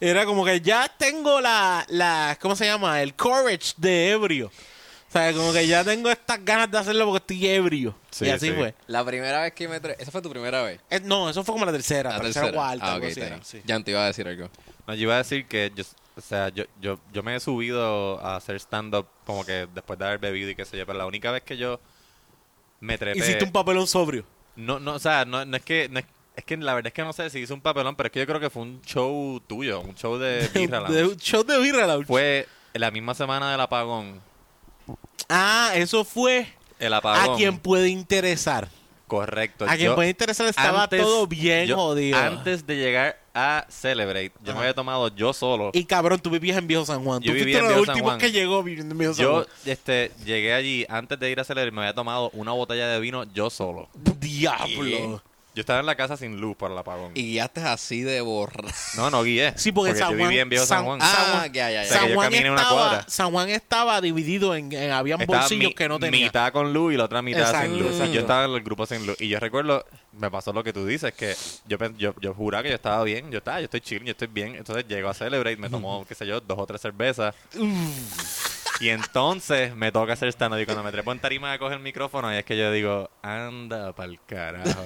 Era como que ya tengo la, la ¿cómo se llama? El courage de ebrio. O sea, como que ya tengo estas ganas de hacerlo porque estoy ebrio. Sí, y así sí. fue. La primera vez que me tra- esa fue tu primera vez. Eh, No, eso fue como la tercera, la tercera, cuarta, Ah, algo ok, así, está bien. sí. Jan, te iba a decir algo. No, yo iba a decir que yo, o sea, yo, yo, yo me he subido a hacer stand-up como que después de haber bebido y qué sé yo, pero la única vez que yo me trepé... Hiciste un papelón sobrio. No, no, o sea, no, no es que... No es, es que la verdad es que no sé si hice un papelón, pero es que yo creo que fue un show tuyo, un show de Birra Lounge. De un show de Birra Lounge. Fue la misma semana del apagón. Ah, eso fue El a apagón. quien puede interesar. Correcto. A quien yo- puede interesar estaba antes- todo bien yo- jodido. Antes de llegar a Celebrate, yo me había tomado yo solo. Y cabrón, tú vivías en Viejo San Juan. Yo tú fuiste vivía en uno de los Viejo San últimos Juan. que llegó viviendo en Viejo San Yo Juan. este, llegué allí, antes de ir a Celebrate, me había tomado una botella de vino yo solo. Diablo. Yo estaba en la casa sin luz para el apagón. Y guiaste así de borra. No, no guié. Sí, porque San yo Juan- vivía en Viejo San, San- Juan. ah, Ah, ya, ya, O ya. sea, que San, yo Juan caminé una estaba, cuadra. San Juan estaba dividido en, en- habían Estaba bolsillos mi- que no tenían. Mitad con luz y la otra mitad Exacto, sin luz. exacto. Yo estaba en el grupo sin luz. Y yo recuerdo, me pasó lo que tú dices, que yo, pen- yo, yo juraba que yo estaba bien. Yo estaba, yo estoy chill, yo estoy bien. Entonces llego a Celebrate, me tomo, qué sé yo, dos o tres cervezas. Y entonces me toca hacer stand-up. Y cuando me trepo en tarima a coger el micrófono, y es que yo digo, anda pa'l carajo.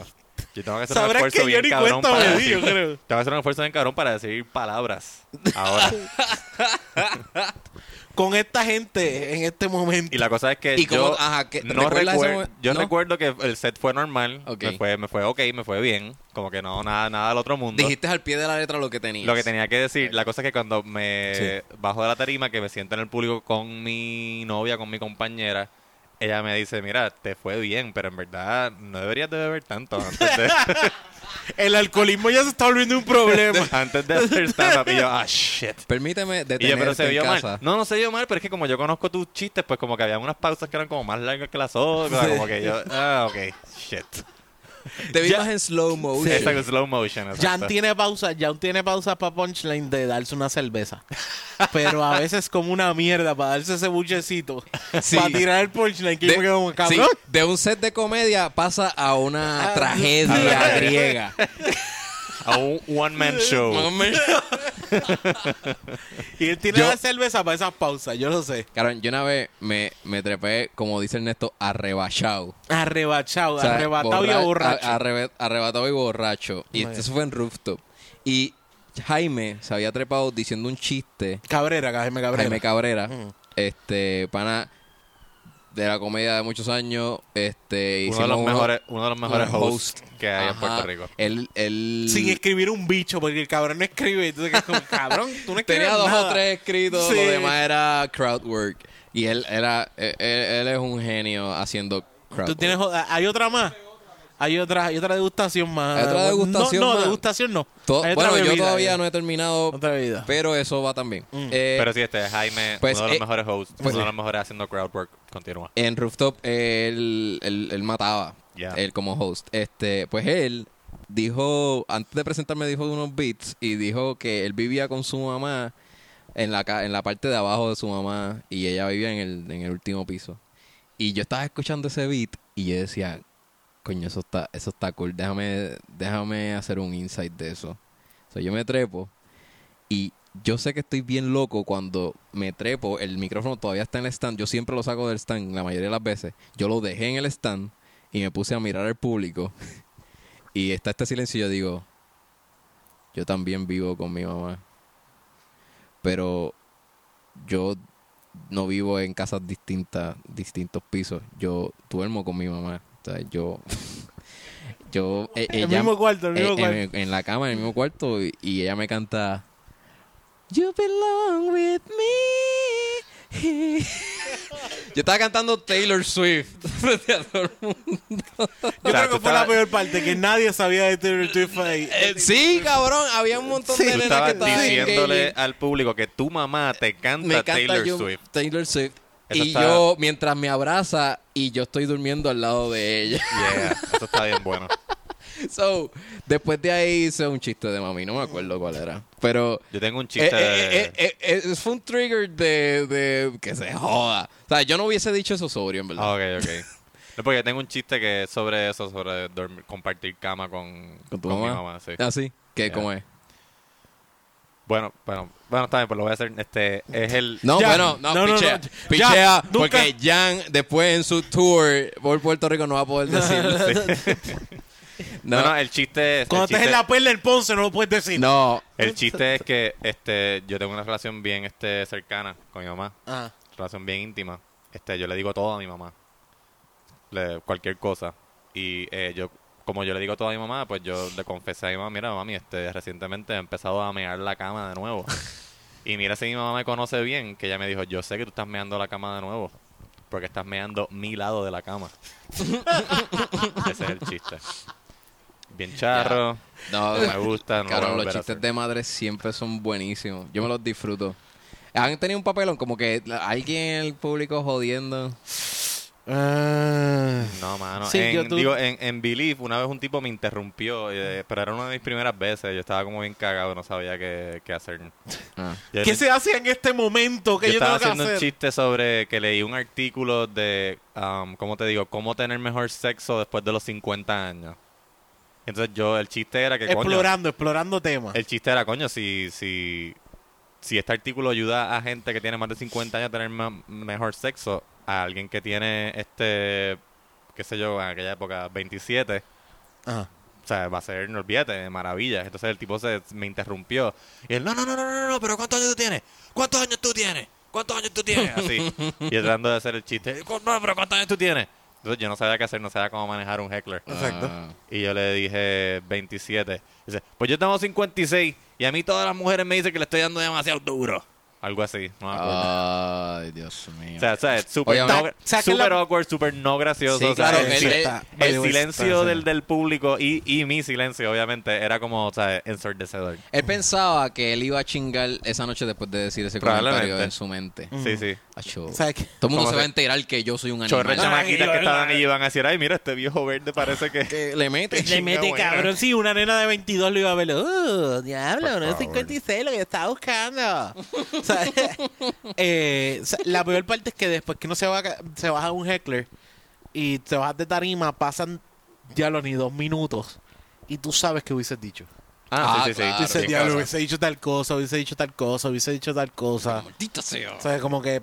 Yo tengo que hacer un Sabrás esfuerzo que yo bien ni cabrón cuenta para me di, decir- yo creo. Tengo que hacer un esfuerzo bien cabrón para decir palabras. Ahora. Con esta gente en este momento. Y la cosa es que ¿Y cómo- yo ajá, qué- no recuerdas ese recuer- momen- yo no? recuerdo que el set fue normal, Ok. me fue me fue ok, me fue bien, como que no nada nada del otro mundo. Dijiste al pie de la letra lo que tenías. Lo que tenía que decir, la cosa es que cuando me bajo de la tarima, que me siento en el público con mi novia, con mi compañera, ella me dice, mira, te fue bien, pero en verdad no deberías de beber tanto antes de, El alcoholismo ya se está volviendo un problema. antes de hacer stand-up. Y yo, ah, shit. Permíteme detenerte Y yo, pero se vio en mal. casa. No, no se vio mal, pero es que como yo conozco tus chistes, pues como que había unas pausas que eran como más largas que las otras, como que yo, ah, ok, shit. Te vi Ya- más en slow motion. Exacto, slow motion. Jan exacto. tiene pausa, Jan tiene pausa para punchline de darse una cerveza. Pero a veces como una mierda para darse ese buchecito. Sí. Para tirar el punchline que De- yo me quedo como, sí, cabrón. de un set de comedia pasa a una Ah, tragedia sí. griega. A un one man show. Y él tiene Yo- la cerveza para esas pausas, yo lo sé. Cabrón, yo una vez me, me trepé, como dice Ernesto, arrebachado. Arrebachado, O sea, arrebatado borra- y borracho. a- arrebe- arrebatado y borracho. Y Vaya. eso fue en rooftop. Y Jaime se había trepado diciendo un chiste. Cabrera, Jaime Cabrera. Jaime Cabrera, Mm. este, pana de la comedia de muchos años, Uno de este, hicimos los mejores, uno de los mejores unos hosts que hay en Ajá. Puerto Rico. Él, él Sin escribir un bicho, porque el cabrón no escribe. Entonces, es como, cabrón, tú no escribes Tenía dos nada. o tres escritos, Sí. lo demás era crowd work. Y e, él era él, él- él es un genio haciendo crowd Tú tienes, work. joda- hay otra más. Hay otra, hay otra degustación más. Hay otra degustación No, no, más. degustación no. To- Hay otra bueno, yo bebida, todavía eh. no he terminado, Otra bebida. pero eso va también. Mm. Eh, Pero sí, este es Jaime, Pues, uno de los eh, mejores hosts, pues- uno de los mejores haciendo crowd work. Continúa. en Rooftop él, él- él mataba Yeah. él como host este pues él dijo antes de presentarme dijo unos beats y dijo que él vivía con su mamá en la ca- en la parte de abajo de su mamá y ella vivía en el, en el último piso y yo estaba escuchando ese beat y yo decía coño eso está eso está cool déjame déjame hacer un insight de eso So, yo me trepo y yo sé que estoy bien loco cuando me trepo, el micrófono todavía está en el stand, yo siempre lo saco del stand la mayoría de las veces. Yo lo dejé en el stand y me puse a mirar al público y está este silencio y yo digo, yo también vivo con mi mamá, pero yo no vivo en casas distintas, distintos pisos, yo duermo con mi mamá, o sea, yo... Yo, e- El ella- mismo cuarto, el eh, mismo en, cuarto. en la cama, en el mismo cuarto, y, y ella me canta You belong with me. Yo estaba cantando Taylor Swift frente a todo el mundo. Yo O sea, creo tú que fue estabas- la peor parte, que nadie sabía de Taylor Swift ahí. Eh, sí, cabrón, había un montón Sí. de Tú nenas que estabas estaban en diciéndole Katy. al público que tu mamá te canta, me encanta Taylor yo- Swift. Taylor Swift. Eso y está- yo, mientras me abraza, y yo estoy durmiendo al lado de ella. Yeah, eso está bien bueno. So, después de ahí hice un chiste de mami, no me acuerdo cuál era. Pero Yo tengo un Eh, chiste de... eh, eh, eh, eh, fue un trigger de, de que se joda. O sea, yo no hubiese dicho eso sobrio, en verdad. Ah, ok, ok. No, porque tengo un chiste que es sobre eso, sobre dormir- compartir cama con, ¿Con tu mi mamá? mamá. sí. Ah, sí. ¿Qué, Ya. ¿Cómo es? Bueno, bueno, bueno, está bien, pues lo voy a hacer. Este, es el... No, Ya. bueno, no, No, no, pichea. no. Ya, Pichea, nunca- porque Jan después en su tour por Puerto Rico no va a poder decirlo. No, no, no, el chiste es... Cuando el estés chiste- en la perla del Ponce no lo puedes decir. no. El chiste es que este, yo tengo una relación bien este, cercana con mi mamá, Ajá. relación bien íntima. Este, yo le digo todo a mi mamá, Le- cualquier cosa. Y eh, yo, como yo le digo todo a mi mamá, pues yo le confesé a mi mamá, mira mami, este, recientemente he empezado a mear la cama de nuevo. y mira si mi mamá me conoce bien, que ella me dijo, yo sé que tú estás meando la cama de nuevo, porque estás meando mi lado de la cama. Ese es el chiste. Bien charro, No, no me gusta, no lo voy a Cabrón, volver los a chistes hacer. de madre siempre son buenísimos. Yo me los disfruto. Han tenido un papelón como que la- alguien en el público jodiendo. Ah. No, mano. Sí, en, yo tú- digo, en, en Belief, una vez un tipo me interrumpió, eh, pero era una de mis primeras veces. Yo estaba como bien cagado, no sabía qué, qué hacer. Ah. Yo, ¿Qué se hace en este momento que yo yo, tengo estaba que haciendo hacer? un chiste sobre que leí un artículo de, um, ¿cómo te digo? Cómo tener mejor sexo después de los 50 años. Entonces yo, el chiste era que, coño, explorando, explorando temas. el chiste era, coño, si, si, si este artículo ayuda a gente que tiene más de 50 años a tener ma- mejor sexo, a alguien que tiene, este, qué sé yo, en aquella época, 27, Ajá. o sea, va a ser, no olvídate, de maravillas. Entonces el tipo se me interrumpió. Y él, no, no, no, no, no, no, pero ¿cuántos años tú tienes? ¿Cuántos años tú tienes? ¿Cuántos años tú tienes? Así. Y él tratando de hacer el chiste. "Cu- No, pero ¿cuántos años tú tienes? Entonces yo no sabía qué hacer, no sabía cómo manejar un heckler. Exacto. Ah. Y yo le dije 27. Dice, pues yo tengo 56 y a mí todas las mujeres me dicen que le estoy dando demasiado duro. Algo así, no me acuerdo. Ah. Ay, Dios mío. O sea, Ah, o sea, es súper Obviamente. no, Sa- saquen súper la- awkward, súper no gracioso. Sí, o sea, claro, el, él- sil- él- Ah, el silencio del, del público y, y mi silencio, obviamente, era como, o sea, ensordecedor. Él pensaba que él iba a chingar esa noche después de decir ese comentario Probablemente. en su mente. Mm. Sí, sí. Acho. ¿Sabes qué? Todo el mundo ¿Cómo se va a se- enterar que yo soy un Chorre animal. chamaquitas que estaban allí iban a decir, ay, mira, este viejo verde parece que... Que le mete. Pues Le mete Chinga, cabrón, bueno. sí, una nena de 22 lo iba a ver. ¡Uh, diablo! Por No es favor. 56 lo que yo estaba buscando. O sea, eh, o sea, la peor parte es que después que uno se, va, se baja un heckler y te bajas de tarima, pasan ya los ni dos minutos y tú sabes que hubieses dicho. Ah, sí, sí, sí. claro. Tú dices, bien diablo, cabrón. hubiese dicho tal cosa, hubiese dicho tal cosa, hubiese dicho tal cosa. Maldita sea. O sea, como que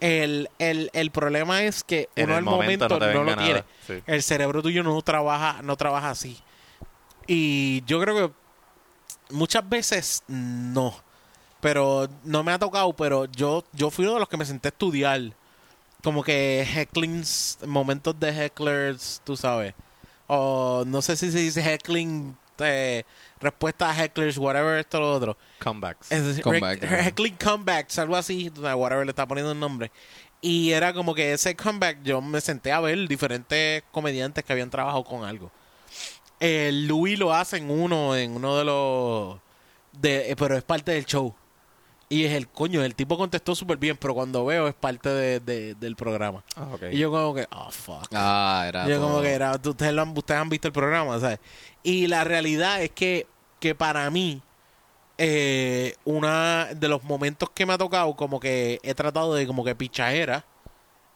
el, el, el problema es que En uno el al momento momento, no te no, venga lo tiene. nada, sí. El cerebro tuyo no trabaja, no trabaja así. Y yo creo que muchas veces no. Pero no me ha tocado, pero yo, yo fui uno de los que me senté a estudiar. Como que hecklings, momentos de hecklers, tú sabes. O no sé si se dice heckling eh, respuestas a hecklers, whatever, esto, lo otro. Comebacks. Es decir, Comeback, rec- ajá. heckling comebacks, algo así, tú sabes, whatever, le está poniendo un nombre. Y era como que ese comeback, yo me senté a ver diferentes comediantes que habían trabajado con algo. Eh, Louis lo hace en uno, en uno de los... De, eh, pero es parte del show. Y es el coño, el tipo contestó súper bien, pero cuando veo es parte de- de- del programa. Ah, ok. Y yo como que, oh, fuck. Ah, era Yo como todo. que era, ustedes, lo han, ustedes han visto el programa, ¿sabes? Y la realidad es que, que para mí, eh, una de los momentos que me ha tocado, como que he tratado de como que pichajera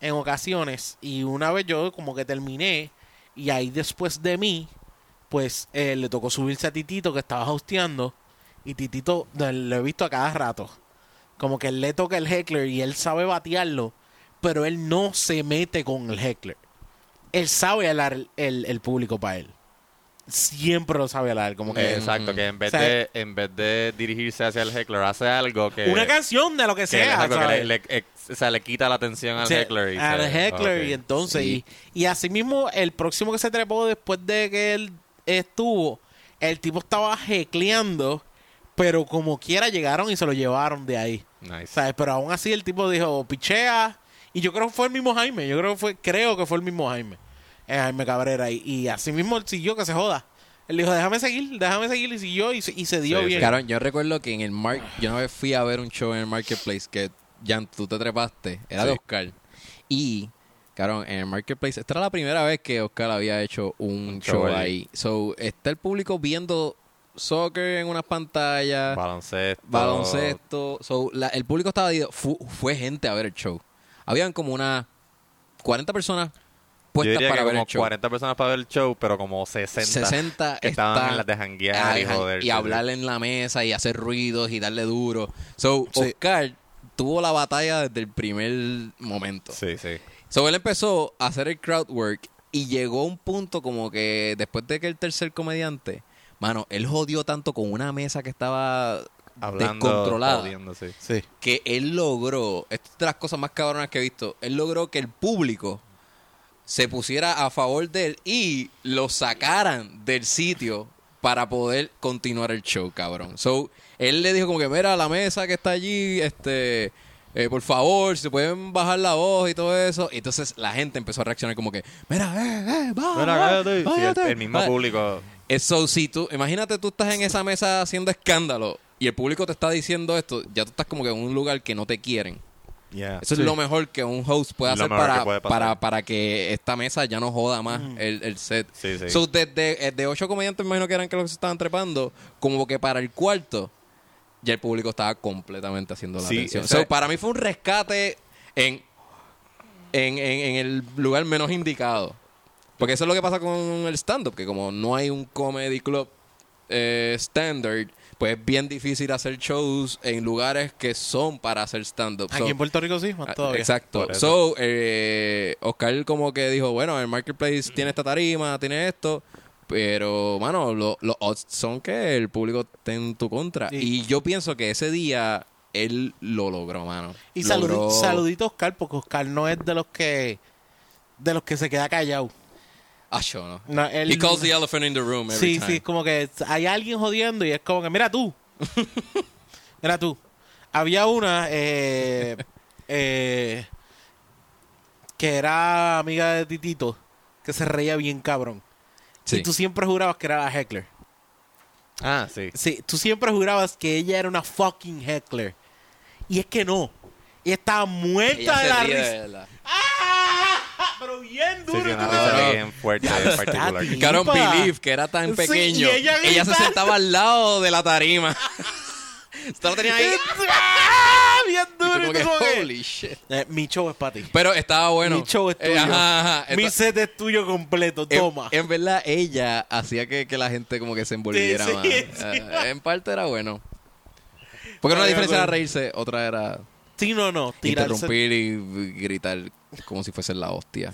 en ocasiones, y una vez yo como que terminé, y ahí después de mí, pues eh, le tocó subirse a Titito que estaba hosteando, y Titito de- lo he visto a cada rato. Como que él le toca el heckler y él sabe batearlo, pero él no se mete con el heckler él sabe hablar el, el público para él. Siempre lo sabe hablar. Como Eh, que Exacto, que en vez, Mm. O sea, de, en vez de dirigirse hacia el heckler, hace algo que. una canción de lo que que le- sea. algo que le- ¿sabes? le- ex- o sea, le quita la atención al O sea, heckler. Y al se- heckler, ok. y entonces. Sí. Y, y así mismo, el próximo que se trepó después de que él estuvo, el tipo estaba hecleando, pero como quiera llegaron y se lo llevaron de ahí. Nice. ¿Sabes? Pero aún así el tipo dijo, pichea. Y yo creo que fue el mismo Jaime. Yo creo que fue, creo que fue el mismo Jaime. Eh, Jaime Cabrera. Y, y así mismo él siguió que se joda. Él dijo, déjame seguir, déjame seguir. Y siguió y, se- y se dio Sí, sí. bien. Cabrón, yo recuerdo que en el mar, yo una vez fui a ver un show en el marketplace que Jan, tú te trepaste, era de Sí. Oscar. Y, cabrón, en el marketplace, esta era la primera vez que Oscar había hecho un, show show ahí. ahí. So, está el público viendo soccer en unas pantallas, Baloncesto. baloncesto. So, la- el público estaba dividido. Fu- fue gente a ver el show. Habían como unas 40 personas Yo puestas diría para que ver como el show. 40 personas para ver el show, pero como 60. 60 que estaban está- en las de janguear Ajá, y joder. sí, sí. hablar en la mesa y hacer ruidos y darle duro. So, Sí. Oscar tuvo la batalla desde el primer momento. Sí, sí. So, él empezó a hacer el crowd work y llegó a un punto como que después de que el tercer comediante, mano, él jodió tanto con una mesa que estaba Hablando. descontrolada jodiendo, sí. Sí. que él logró, esta es de las cosas más cabronas que he visto, él logró que el público se pusiera a favor de él y lo sacaran del sitio para poder continuar el show, cabrón. So, él le dijo como que, mira, la mesa que está allí, este, eh, por favor, si se pueden bajar la voz y todo eso. Y entonces la gente empezó a reaccionar como que, mira, eh, eh, baja, Mira, baja, cállate. Sí, el, bájate". el mismo Ah, público. eso, si tú, imagínate tú estás en esa mesa haciendo escándalo y el público te está diciendo esto, ya tú estás como que en un lugar que no te quieren. Yeah. Eso es lo mejor que un host puede Lo hacer mejor para que puede pasar. para, para que esta mesa ya no joda más Mm. el, el set. Sí, sí. So, desde, desde ocho comediantes, me imagino que eran que los que se estaban trepando, como que para el cuarto, ya el público estaba completamente haciendo la Sí, atención. ese- So, para mí fue un rescate en, en, en, en el lugar menos indicado. Porque eso es lo que pasa con el stand-up, que como no hay un comedy club eh, standard, pues es bien difícil hacer shows en lugares que son para hacer stand-up. So, Aquí en Puerto Rico sí, más Ah, todavía. Exacto. Por eso. So, eh, Oscar como que dijo, bueno, el marketplace tiene esta tarima, tiene esto, pero, mano, lo- los odds son que el público esté en tu contra. Sí. Y yo pienso que ese día él lo logró, mano. Y saludi- Logró- saludito a Oscar, porque Oscar no es de los que de los que se queda callado. Ah, yo no. No, él- He calls the elephant in the room every Sí, time. sí, es como que hay alguien jodiendo y es como que, mira tú. mira tú. Había una eh, eh, que era amiga de Titito que se reía bien cabrón. Sí. Y tú siempre jurabas que era la heckler. Ah, sí. Sí, tú siempre jurabas que ella era una fucking heckler. Y es que no. Y estaba Ella muerta se de la ríe risa. de la- ¡Ah! Pero bien Sí, duro. sí, y una tú risa como- bien fuerte en particular. tío. Cabrón, Lipa. believe que era tan Sí, pequeño. y ella ella, se grita. sentaba al lado de la tarima. Usted lo tenía ahí. ¡Ah! Bien Y tú duro. como y tú que, como que- holy shit. Eh, mi show es para ti. Pero estaba bueno. Mi show es Eh, tuyo. ajá, Eh, ajá. Mi Esta- set es tuyo completo. en- Toma. En, verdad, ella hacía que, que la gente como que se envolviera Sí, sí, más. sí. Ah, en parte era bueno. Porque una Ay, diferencia era pero- reírse, otra era sí, no, no. Tirarse. interrumpir y gritar como si fuese la hostia.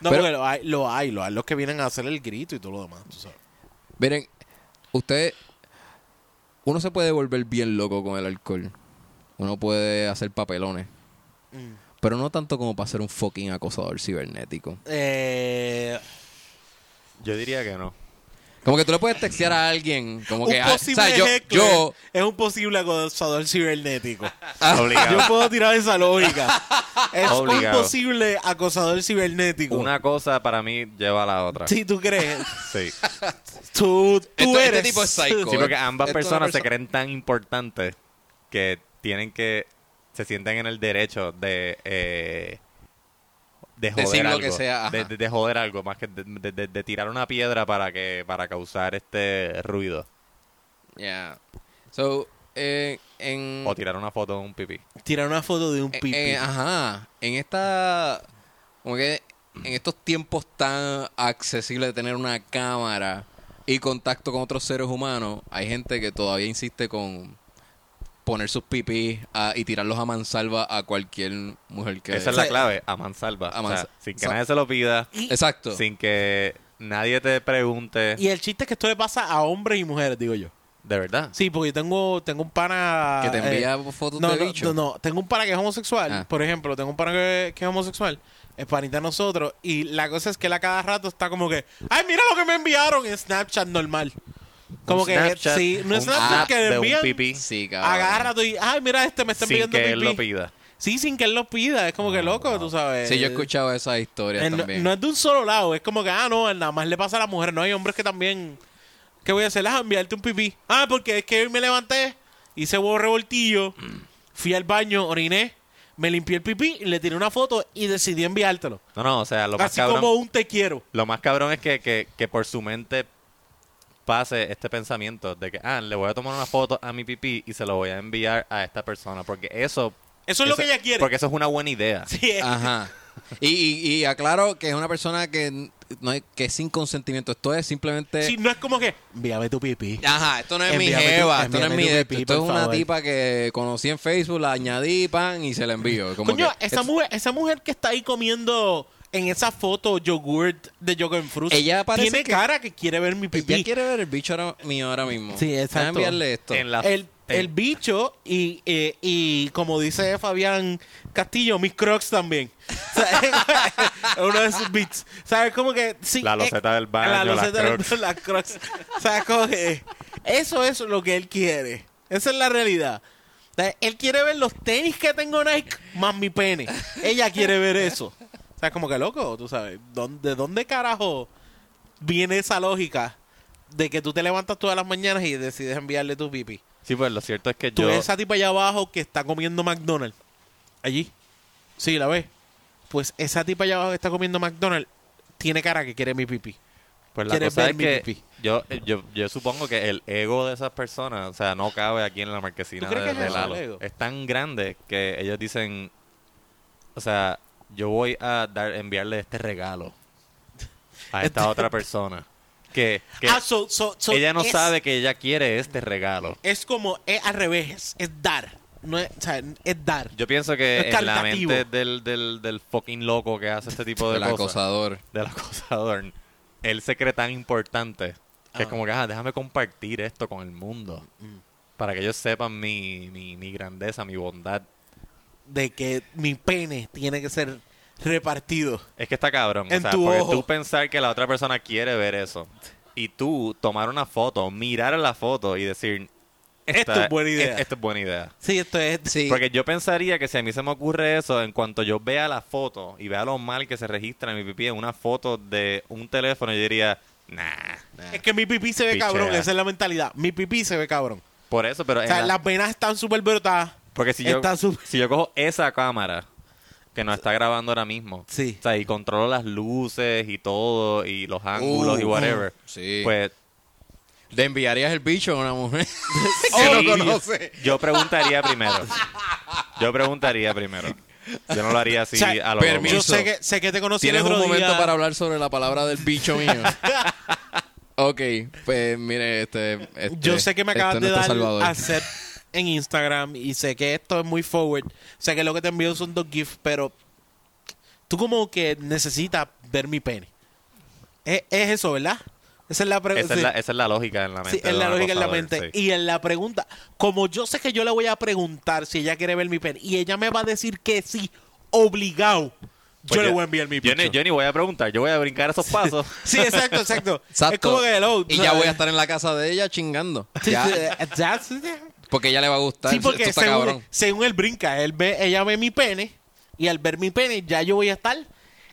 No, Pero- porque lo hay, lo hay, lo hay. Los que vienen a hacer el grito y todo lo demás, tú sabes. Miren, usted. Uno se puede volver bien loco con el alcohol. Uno puede hacer papelones. Mm. Pero no tanto como para ser un fucking acosador cibernético. Eh, Yo diría que no. Como que tú le puedes textear a alguien. Como que. un ah, o posible sea, yo, heckler yo. es un posible acosador cibernético. Ah. Obligado. Yo puedo tirar esa lógica. Es Obligado. un posible acosador cibernético. Una cosa para mí lleva a la otra. Si tú crees, Sí. tú, tú Este- este eres. tipo es psycho. Sí, porque ambas Esto es una personas se persona- creen tan importantes que tienen que se sienten en el derecho de eh, de joder Decir lo algo, que sea, ajá. de, de- de joder algo más que de, de- de- de tirar una piedra para que para causar este ruido Yeah. So, eh, en. o tirar una foto de un pipí. Tirar una foto de un Eh, pipi. eh, ajá. En esta. Como que. En estos tiempos tan accesibles de tener una cámara y contacto con otros seres humanos, hay gente que todavía insiste con poner sus pipis a- y tirarlos a mansalva a cualquier mujer que. Esa es O la sea, clave, a mansalva, a O sea, mansa- sin que sa- nadie se lo pida, Exacto. sin que nadie te pregunte, Y el chiste es que esto le pasa a hombres y mujeres, digo yo. de verdad. Sí, porque yo tengo, tengo un pana. Que te eh, envía fotos no, de no, bicho. No, no, tengo un pana que es homosexual, Ah. por ejemplo, tengo un pana que, que es homosexual, es panita de nosotros, y la cosa es que él a cada rato está como que, ay, mira lo que me enviaron en Snapchat normal. Como Un que, Snapchat, sí, no un es Snapchat app que de le un envían, pipí Sí, cabrón. a cada rato y, ay, mira este me está sin enviando que él lo pipí". pida. Sí, sin que él lo pida, es como que loco, tú sabes. Sí, yo he escuchado esas historias Eh, no, también. no es de un solo lado, es como que, ah, no, nada más le pasa a las mujeres, no hay hombres que también, ¿qué voy a hacer? Ah, enviarte un pipí. Ah, porque es que hoy me levanté, hice huevo revoltillo, Mm. fui al baño, oriné, me limpié el pipí, le tiré una foto y decidí enviártelo. No, no, o sea, lo más Así cabrón como un te quiero. Lo más cabrón es que, que, que por su mente pase este pensamiento de que, ah, le voy a tomar una foto a mi pipí y se lo voy a enviar a esta persona. Porque eso... Eso es lo que ella quiere. Porque eso es una buena idea. Sí, es- Ajá. Y, y, y aclaro que es una persona que n- no hay- que es sin consentimiento. Esto es simplemente. sí, no es como que, envíame tu pipí. Ajá, esto no es mi Envíame tu- jeva, esto no es envíame mi tu de- pipí, Esto es por una favor. tipa que conocí en Facebook, la añadí, pan, y se la envío. Como Coño, que- esa es- mujer, esa mujer que está ahí comiendo en esa foto yogurt de Yogurt Fruit, Ella parece tiene que- cara que quiere ver mi pipí. Ella quiere ver el bicho ahora, mío ahora mismo. Sí, Voy a exacto. enviarle esto. En la- el, en- el bicho y, eh, y como dice Fabián Castillo, mis crocs también. O sea, es uno de sus beats. ¿Sabes? Como que... sí, La eh, loseta del baño, La las loseta del Crocs. las crocs. ¿Sabes? Como que eso es lo que él quiere. Esa es la realidad. O sea, Él quiere ver los tenis que tengo Nike más mi pene. Ella quiere ver eso. O sea, como que loco, tú sabes. ¿Dónde- ¿De dónde carajo viene esa lógica de que tú te levantas todas las mañanas y decides enviarle tu pipi? Sí, pues lo cierto es que Tú yo... ves esa tipa allá abajo que está comiendo McDonald's. Allí. Sí, la ves. Pues esa tipa allá abajo que está comiendo McDonald's tiene cara que quiere mi pipí. Pues la ¿Quieres cosa ver es mi que pipí? yo, yo, yo supongo que el ego de esas personas, o sea, no cabe aquí en la marquesina ¿Tú crees que de, es de eso, Lalo. el ego? Es tan grande que ellos dicen, o sea, yo voy a dar enviarle este regalo a Este esta otra persona. Que, que Ah, so- so- so ella no es- sabe que ella quiere este regalo. Es como, es al revés, es, es dar. No es, o sea, es dar. Yo pienso que Es en la caritativo. mente del, del, del fucking loco que hace este tipo de El cosas, acosador. del acosador, él se cree tan importante que es como que, ah, déjame compartir esto con el mundo Mm. para que ellos sepan mi, mi, mi grandeza, mi bondad. De que mi pene tiene que ser repartido. Es que está cabrón. o En sea, tu porque ojo. tú pensar que la otra persona quiere ver eso y tú tomar una foto, mirar la foto y decir, Esto "Esta- es buena idea". e- esto es buena idea. Sí, esto es. Sí. Porque yo pensaría que si a mí se me ocurre eso, en cuanto yo vea la foto y vea lo mal que se registra en mi pipí en una foto de un teléfono, yo diría, nah. Es que mi pipí se ve Pichea. cabrón, esa es la mentalidad. Mi pipí se ve cabrón. Por eso, pero... O en sea, la- las venas están súper brotadas. porque si yo, está súper- si yo cojo esa cámara que nos está grabando ahora mismo, Sí. o sea, y controlo las luces y todo, y los ángulos y Uh, whatever, sí. pues... ¿Le enviarías el bicho a una mujer? sí, Yo preguntaría primero. Yo preguntaría primero. Yo no lo haría así O sea, a lo loco. permiso. Yo sé que, sé que te conocí el Tienes un otro momento día. para hablar sobre la palabra del bicho mío. ok, pues mire, este. este- Yo sé que me este acabas es de nuestro dar salvador. a set en Instagram y sé que esto es muy forward. Sé que lo que te envío son dos GIFs, pero tú como que necesitas ver mi pene. Es, es eso, ¿verdad? Esa es la Esa, pregunta. es la, esa es la lógica en la mente. Sí, es de la una lógica en la acosadora, mente. sí. Y en la pregunta, como yo sé que yo le voy a preguntar si ella quiere ver mi pene y ella me va a decir que sí, obligado, yo le voy a enviar mi Pues yo ni, picho. yo ni voy a preguntar, yo voy a brincar esos pasos. Sí, exacto, exacto. Exacto. Es como que hello. eh, Y ya voy a estar en la casa de ella chingando. Ya, estar. porque ella le va a gustar. Sí, Esto porque está según, cabrón. según él brinca, él ve, ella ve mi pene y al ver mi pene ya yo voy a estar.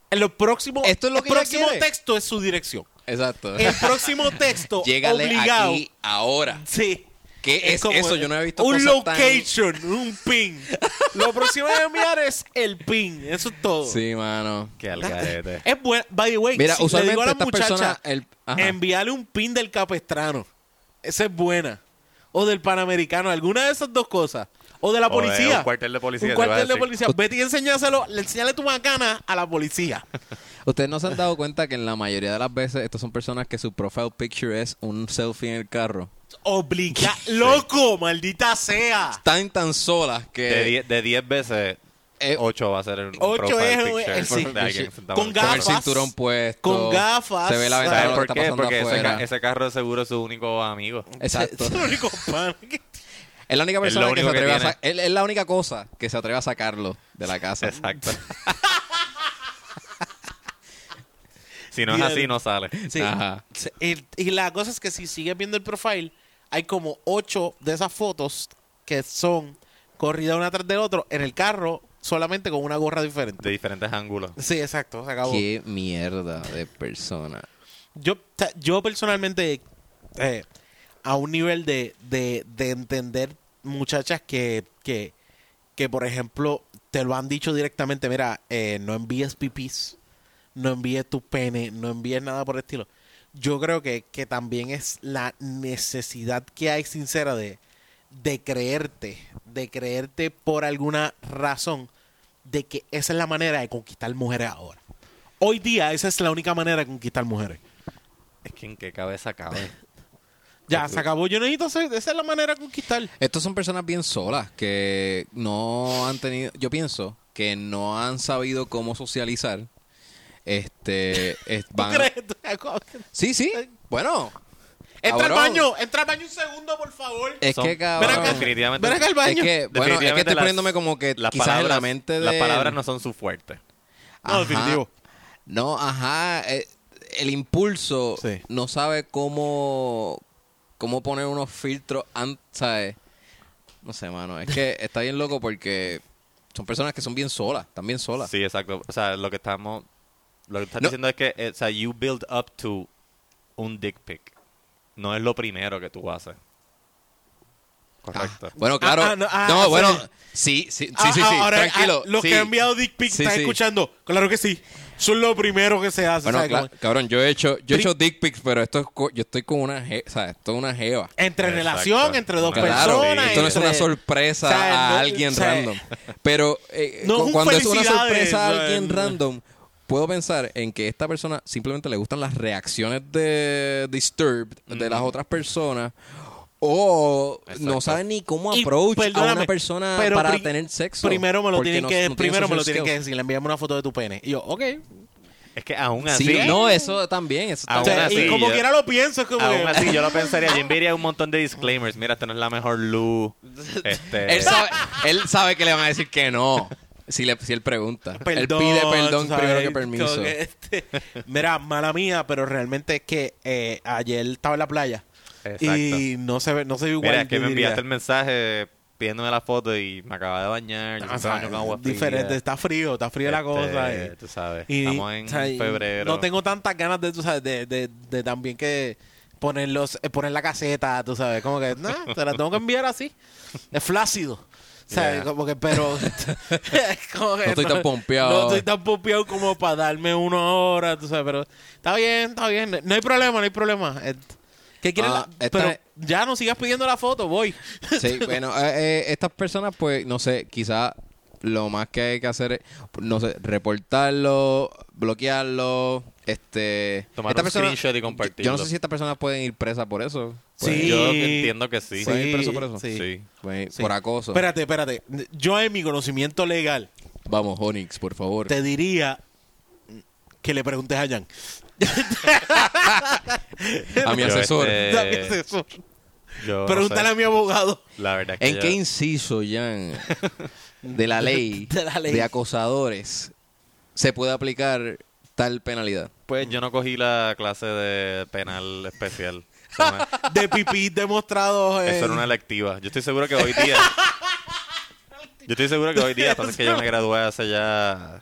En los próximos, Esto es lo el que ella próximo quiere. texto es su dirección. Exacto. El próximo texto Llégale obligado. aquí ahora. Sí. ¿Qué es como eso? Yo no he visto Un cosas tan- location, un pin. Lo próximo que enviar es el pin. Eso es todo. Sí, mano. Qué al garete. Es buena. By the way, Mira, si le usualmente digo a la estas personas, muchacha, el- ajá. envíale un pin del capestrano. Esa es buena. O del panamericano, alguna de esas dos cosas. O de la O de un policía. cuartel de policía, Un te iba a cuartel de decir. policía. Vete y enséñaselo, le enseñale tu macana a la policía. Ustedes no se han dado cuenta que en la mayoría de las veces estas son personas que su profile picture es un selfie en el carro. Obliga. ¡Loco! ¡Maldita sea! Están tan solas De que... die- de 10 veces, Eh, 8 va a ser un ocho profile es un- picture eh, sí. de alguien sentado Con en el con carro. el gafas. cinturón puesto. Con gafas. Se ve la ventana ¿Sabes lo que por está qué? pasando Porque ese, afuera. ca- ese carro de seguro es su único amigo. Exacto. Es el único pana que- Es la única lo persona que se único que atreve a tiene. sa- él- Es la única cosa que se atreve a sacarlo de la casa. Exacto. si no es Mira, así, no sale. Sí. Ajá. Se- el- y la cosa es que si sigues viendo el profile, hay como ocho de esas fotos que son corrida una tras de otro en el carro solamente con una gorra diferente. De diferentes ángulos. Sí, exacto, se acabó. Qué mierda de persona. Yo, o sea, yo personalmente, eh, a un nivel de, de- de entender muchachas que, que, que, por ejemplo, te lo han dicho directamente, mira, eh, no envíes pipis, no envíes tu pene, no envíes nada por el estilo. Yo creo que, que también es la necesidad que hay sincera de, de creerte, de creerte por alguna razón, de que esa es la manera de conquistar mujeres ahora. Hoy día esa es la única manera de conquistar mujeres. Es que en qué cabeza cabe. Ya, se acabó. Yo necesito hacer... Esa es la manera de conquistar. Estos son personas bien solas que no han tenido, yo pienso que no han sabido cómo socializar. Este, es- ¿Tú van- crees? Sí, sí. Bueno, Entra al Cabrón. baño. Entra al baño un segundo, por favor. es Son- que Ven cabrón. acá. Definitivamente. Ven acá al baño. Es que, bueno, es que Definitivamente estoy las- poniéndome como que las quizás en la mente de Las palabras no son su fuerte. No, definitivo. No, ajá. eh, el impulso Sí. no sabe cómo, cómo poner unos filtros antes. ¿sabes? No sé, mano. Es que está bien loco porque son personas que son bien solas. Están bien solas. Sí, exacto. O sea, lo que estamos... Lo que estás No. diciendo es que, eh, o sea, you build up to un dick pic. No es lo primero que tú haces. Correcto. Bueno, claro. Ah, ah, no, no, ah, sí. bueno, sí, sí, sí, Ah, sí, sí, ah, ahora, tranquilo. ah, los sí. que han enviado dick pics Sí, están sí. escuchando. Claro que sí. Son lo primero que se hace. Bueno, ¿sabes? cla- Como- cabrón, yo he hecho, yo he hecho dick pics, pero esto es, co- yo estoy con una, je- o sea, esto es una jeva. Entre Exacto. relación, entre dos Claro, personas. esto no es entre- una sorpresa o sea, a no- alguien o sea, random. Pero eh, No cu- es un cuando es una felicidades, sorpresa a o sea, alguien no. random, puedo pensar en que esta persona simplemente le gustan las reacciones de Disturbed de Mm. las otras personas o no sabe ni cómo Y approach a perdóname, una persona pero para pri- tener sexo. Primero me lo porque tienen no- que, no tiene primero me lo social tienen que skills. decir. Le enviamos una foto de tu pene. Y yo, ok. Ah. Es que aún así... Sí, no, eso también, eso O Aún sea, también. así, y como yo- quiera lo pienso. Es como que- Aún así, yo lo pensaría. Yo enviaría un montón de disclaimers. Mira, esta no es la mejor luz. Este, Él sabe, él sabe que le van a decir que no. Si, le, si él pregunta. Perdón, él pide perdón tú sabes, primero que como permiso. que, este, mira, mala mía, pero realmente es que eh, ayer estaba en la playa. Exacto. Y no se ve, no se ve igual. Mira, es que yo me diría. enviaste el mensaje pidiéndome la foto y me acababa de bañar. Yo Ah, o estaba sea, bañando con agua fría. diferente, está frío, está fría la Este, cosa. y- Tú sabes, y, estamos en o sea, y febrero. No tengo tantas ganas de, tú sabes, de, de, de también que ponerlos, eh, poner la caseta, tú sabes, como que, no, te la tengo que enviar así. Es flácido. O sea, Yeah. como que, pero. como que No estoy tan pompeado. No estoy tan pompeado como para darme una hora, tú sabes, pero está bien, está bien. No hay problema, no hay problema. Eh, ¿Qué quieres? Ah, la- esta Pero es- ya no sigas pidiendo la foto, voy. Sí, bueno, eh, eh, estas personas, pues, no sé, quizás lo más que hay que hacer es, no sé, reportarlo, bloquearlo, este... Tomar esta un screenshot y compartirlo. Yo no sé si estas personas pueden ir presas por eso. Pueden- Sí. Pues, Yo entiendo que sí. ¿Pueden ir presas por eso? sí. Sí. Pueden ir Sí. Por acoso. Espérate, espérate. Yo en mi conocimiento legal Vamos, Onyx, por favor. te diría que le preguntes a Jan. A mi Yo, asesor. este, Dame asesor. yo no Pregúntale sé. a mi abogado. La verdad es que ¿En yo- qué inciso, Jan, de la ley De la ley. de acosadores se puede aplicar tal penalidad. Pues yo no cogí la clase de penal especial. Eso, no es- De pipí demostrado. eh, eso en- era una electiva. Yo estoy seguro que hoy día. Yo estoy seguro que hoy día, pasa que yo me gradué hace ya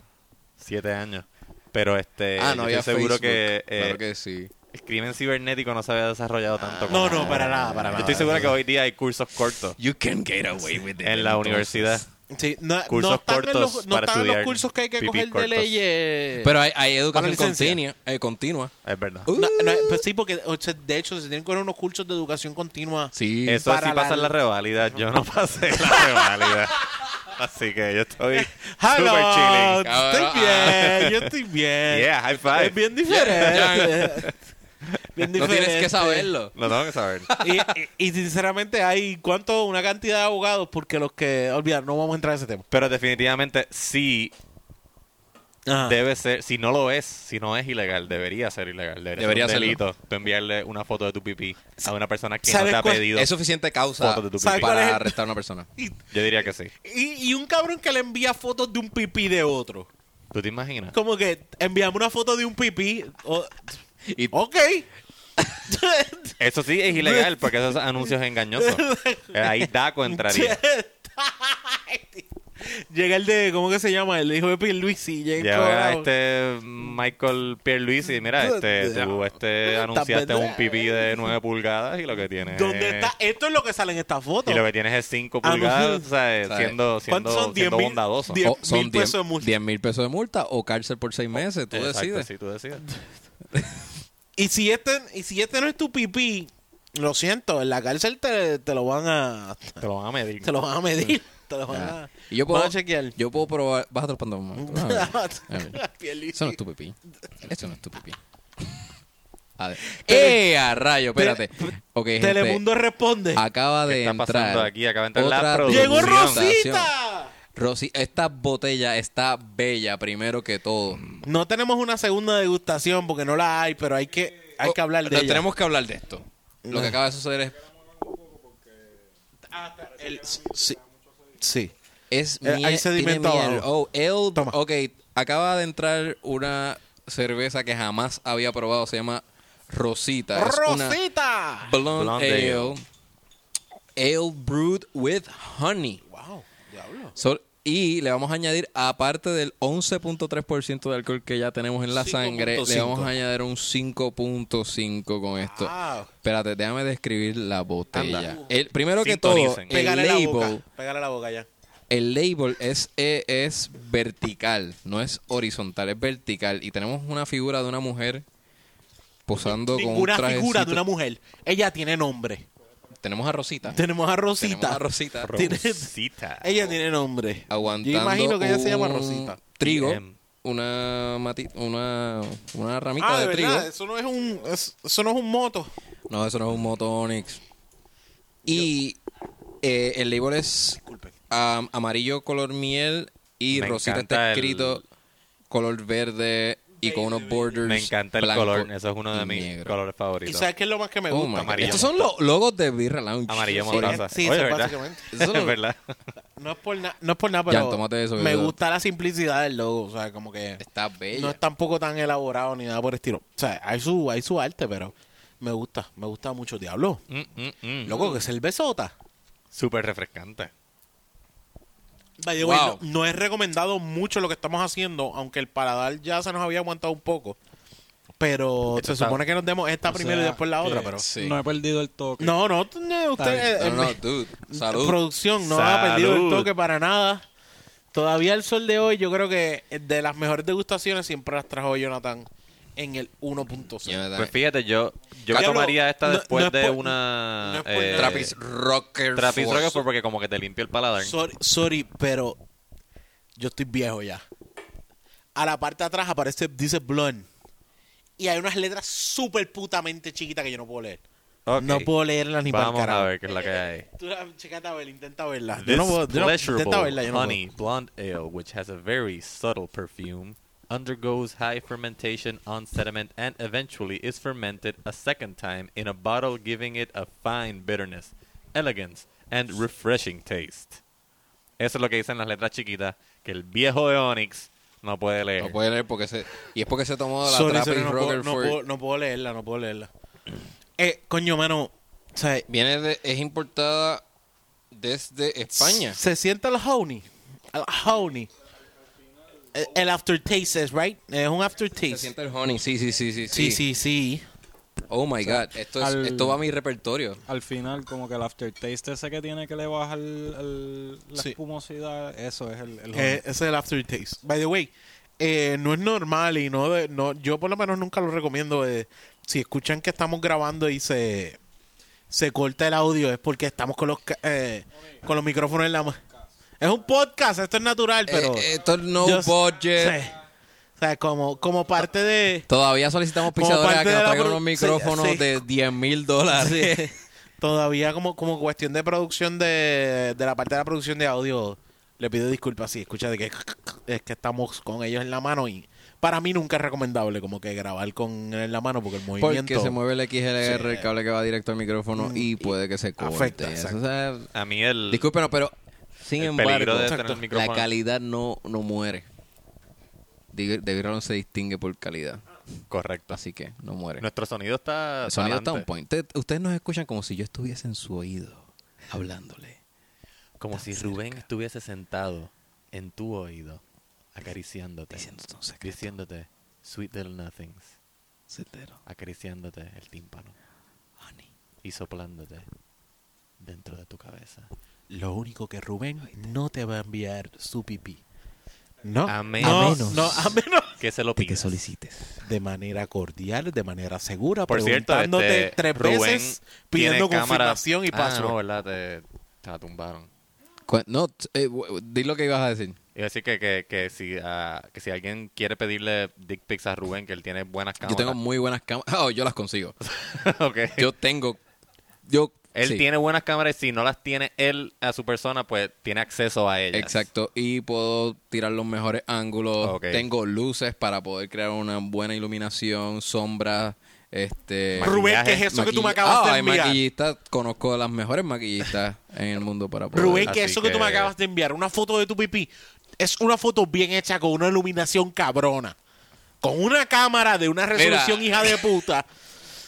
siete años. Pero este, ah, no, yo había estoy seguro Facebook. que, eh, claro que Ah, sí. el crimen cibernético no se había desarrollado tanto. como No, no, ahora. para nada, para Yo nada. Ah, estoy seguro que hoy día hay cursos cortos You can get away with it. en la entonces. universidad. Sí, no, no Cursos están en los- cortos no para están en los estudiar cursos que hay que pipí coger cortos. de leyes. Pero hay, hay educación Para Eh, licencia. continua. eh, continua. Es verdad. No, no, uh. pues sí, porque o sea, de hecho se tienen que coger unos cursos de educación continua. Sí. Eso sí para la- pasa en la revalida. Yo no pasé la revalida. Así que yo estoy super Hello, chilling. Cabrón, estoy bien, yo estoy bien. Yeah, high five. Es bien diferente. bien diferente. No tienes que saberlo. Lo tengo que saber. Y, y- y sinceramente hay cuánto una cantidad de abogados porque los que olvidar no vamos a entrar en ese tema. Pero definitivamente sí Ajá. debe ser, si no lo es, si no es ilegal, debería ser ilegal. Debería, Debería ser un serlo. delito. Tú enviarle una foto de tu pipí a una persona que no ¿Sabes te ha cuál- pedido. Es suficiente causa Fotos de tu ¿Sabes pipí. cuál es para el- arrestar a una persona. Yo diría que sí. Y, y un cabrón que le envía fotos de un pipí de otro. ¿Tú te imaginas? Como que enviamos una foto de un pipí. o- Y- Oh, ok. Eso sí es ilegal porque esos anuncios engañosos. Eh, Ahí Daco entraría. llega el de, ¿cómo que se llama? El hijo de Pierluisi. Llega Ya ahora encojonado. este Michael Pierluisi, mira, este, tú este, anunciaste pendejo. un pipí de 9 pulgadas y lo que tienes ¿Dónde es- está? Esto es lo que sale en esta foto. eh. Y lo que tienes es 5 Ah, no. pulgadas, o sea, O sea, siendo, siendo, ¿cuántos son? siendo 10.000? bondadoso. 10 O son mil 10 pesos de multa. 10 mil pesos de multa o cárcel por 6 meses. Tú Exacto, decides. sí, tú decides. Y si este, y si este no es tu pipí, lo siento, en la cárcel te, te lo van a Te lo van a medir. te lo van a medir. Te lo van Ah, a, Y yo van puedo, a chequear. Ah, yo puedo probar. Bájate los pantalones. Tú, a ver, a ver. Pierluisi. Ah, Eso no es tu pipí. Eso no es tu pipí. A ver. ¡Eh, a rayo! Espérate. Ok, gente, Ah, Telemundo responde. acaba de ¿Qué está entrar. pasando aquí? Acaba de entrar la otra producción. ¡Llegó presentación. Rosita! Rosy, esta botella está bella, primero que todo. No tenemos una segunda degustación porque no la hay, pero hay que, hay que hablar de Oh, ella. Tenemos que hablar de esto. Lo que acaba de suceder es... Ah, El- sí. sí. es Eh, mie- hay tiene sedimento miel. abajo. Oh, el... Toma. Ok, acaba de entrar una cerveza que jamás había probado. Se llama Rosita. Es una ¡Rosita! Blonde, Blonde ale. ale. ale. brewed with honey. ¡Wow! Diablo. So- y le vamos a añadir, aparte del 11.3% de alcohol que ya tenemos en la sangre, le 5.5. vamos a añadir un 5.5 con esto. Ah. Espérate, déjame describir la botella. Anda. El, primero que todo, Sintonicen. el Pégale la boca. label, Pégale la boca ya. el label es, eh, es vertical, no es horizontal, es vertical. Y tenemos una figura de una mujer posando con un Ninguna figura de trajecito. una mujer. Ella tiene nombre. Tenemos a Rosita. Tenemos a Rosita. Tenemos a Rosita. Tiene- Rosita. Ella tiene nombre. aguantando Yo imagino que ella se llama un Rosita. trigo TM. una mati- una una ramita Ah, de, de trigo verdad, eso no es un es- eso no es un moto. no eso no es un motonix y eh, el label es am- amarillo color miel y Me rosita encanta está el- escrito color verde y con unos borders Me encanta el blanco color. Eso es uno de y mis negro. colores ¿Y favoritos. sabes qué es lo más que me Oh my gusta? God. amarillo. estos son los logos de Birra Lounge Amarillo Sí. mostaza. sí, Oye, eso ¿verdad? básicamente. Eso es lo- verdad. No es por nada, no es por nada, Jan, pero tómate eso, que me yo- gusta la simplicidad del logo, o sea, como que está bella no es tampoco tan elaborado ni nada por el estilo. O sea, hay su hay su arte, pero me gusta, me gusta mucho Diablo. Mm, mm, mm. Loco, que cervezota. Súper refrescante. By the way, Wow. no, no es recomendado mucho lo que estamos haciendo, aunque el paladar ya se nos había aguantado un poco. Pero Esto se está- supone que nos demos esta O primero y sea, después la otra, que pero... Sí. No he perdido el toque. No, no, t- no, usted... no, eh, no, eh, Este dude salud Producción, no ha Salud. perdido el toque para nada. Todavía el sol de hoy, yo creo que de las mejores degustaciones siempre las trajo Jonathan en el 1.0. Jonathan. Pues fíjate, yo, yo Diablo, tomaría esta no- no después es de por- una... eh, no es por nada. Trapis Rocker Trapis Force. Rocker porque como que te limpia el paladar. Sorry, sorry, pero yo estoy viejo ya. A la parte de atrás aparece, dice Blonde. Y hay unas letras súper putamente chiquitas que yo no puedo leer. Ok. No puedo leerlas ni para Vamos carajo. a ver qué es la que hay. Tú la- checate a ver, intenta verla. Yo This no puedo, yo no- pleasurable intenta verla, yo no honey blonde ale, which has a very subtle perfume, undergoes high fermentation on sediment and eventually is fermented a second time in a bottle, giving it a fine bitterness, elegance, and refreshing taste. Eso es lo que dicen las letras chiquitas, que el viejo de Onyx No puede leer. No puede leer porque se. Y es porque se tomó la Sorry, Trappist sorry, no, puedo, no, Rockerford. puedo, no puedo leerla, no puedo leerla. Eh, coño, mano, o sea, Viene de, es importada desde España. Se sienta el honey. El honey. El, el aftertaste, es, right? Es un Se aftertaste. siente el honey. Sí, sí, sí, sí. Sí, sí, sí. Oh my god, esto, es, al- esto va a mi repertorio. Al final, como que el aftertaste ese que tiene que le baja el- el- la Sí. espumosidad, eso es el, el Eh, ese es el aftertaste. By the way, eh, no es normal y no, de- no yo por lo menos nunca lo recomiendo. eh, si escuchan que estamos grabando y se se corta el audio es porque estamos con los ca- eh, con los micrófonos en la mano. Es un podcast, esto es natural, pero Eh, esto es no yo- budget. sí. O sea, como como parte de Todavía solicitamos Como pisadores a parte que de nos la traigan produ- unos micrófonos sí, sí. de 10 mil dólares. Todavía como, como cuestión de producción de, de la parte de la producción de audio, le pido disculpas si escucha de que es que estamos con ellos en la mano y para mí nunca es recomendable como que grabar con él en la mano porque el movimiento Mm, Porque se mueve el XLR, el cable que va directo al micrófono y puede que se corte. afecta, Eso, exacto. o sea, A mí el. discúlpenos, pero sin El peligro embargo, de tener el la micrófono- calidad no, no muere. Dig- De Grillo no se distingue por calidad, Correcto. así que no muere. Nuestro sonido está. El sonido talante. está un point. Te- Ustedes nos escuchan como si yo estuviese en su oído, hablándole. Como si Rubén estuviese sentado en tu oído, acariciándote, Diciéndote un secreto. diciéndote sweet little nothings, Setero, acariciándote el tímpano honey. y soplándote dentro de tu cabeza. lo único que Rubén no te va a enviar su pipí. No. A menos- no, A menos. no, a menos Que se lo De que pides. solicites. de manera cordial, de manera segura, Por cierto, preguntándote este, tres Rubén veces tiene pidiendo cámara- confirmación y Ah, password. no, verdad, te, te la tumbaron. Cu- No, t- eh, w- w- di lo que ibas a decir. Iba a decir que, que, que, si, ah, que si alguien quiere pedirle dick pics a Rubén, que él tiene buenas Yo cámaras. tengo muy buenas cámaras. Oh, yo las consigo. Ok. Yo tengo. Yo. Él sí, tiene buenas cámaras y si no las tiene él a su persona, pues tiene acceso a ellas. Exacto. Y puedo tirar los mejores ángulos. Ok. Tengo luces para poder crear una buena iluminación, sombras. Este. Eh, Rubén, ¿qué es maquillaje, eso que tú me maquill- acabas Ah, de hay enviar? maquillistas. Conozco a las mejores maquillistas en el mundo para poder. Rubén, Así que eso que, tú me que- acabas de enviar, una foto de tu pipí, es una foto bien hecha con una iluminación cabrona. Con una cámara de una resolución hija de puta.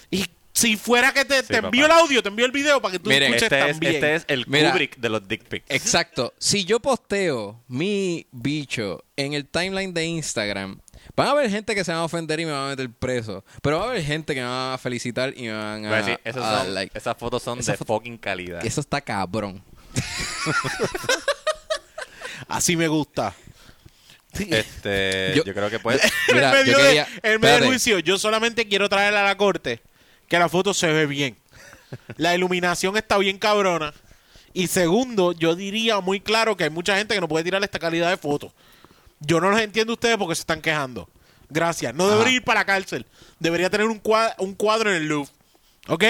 Y si fuera que te, te papá. envío el audio, te envío el video para que tú Miren, escuches Este es, también. este es el Mira. Kubrick de los dick pics. Exacto. Si yo posteo mi bicho en el timeline de Instagram, van a haber gente que se van a ofender y me van a meter preso. Pero va a haber gente que me va a felicitar y me van Voy a a, decir, esos a son- dar ah, like. Esas fotos son Esa de foto- fucking calidad. Eso está cabrón. Así me gusta. Este, yo, Yo- creo que pues Mira, en medio, yo de- quería- en medio del espérate. juicio, yo solamente quiero traer a la corte que la foto se ve bien. La iluminación está bien cabrona. Y segundo, yo diría muy claro que hay mucha gente que no puede tirar esta calidad de fotos. Yo no los entiendo a ustedes porque se están quejando. Gracias. No Ah. debería ir para la cárcel. Debería tener un cuadro, un cuadro en el Louvre. ¿Ok?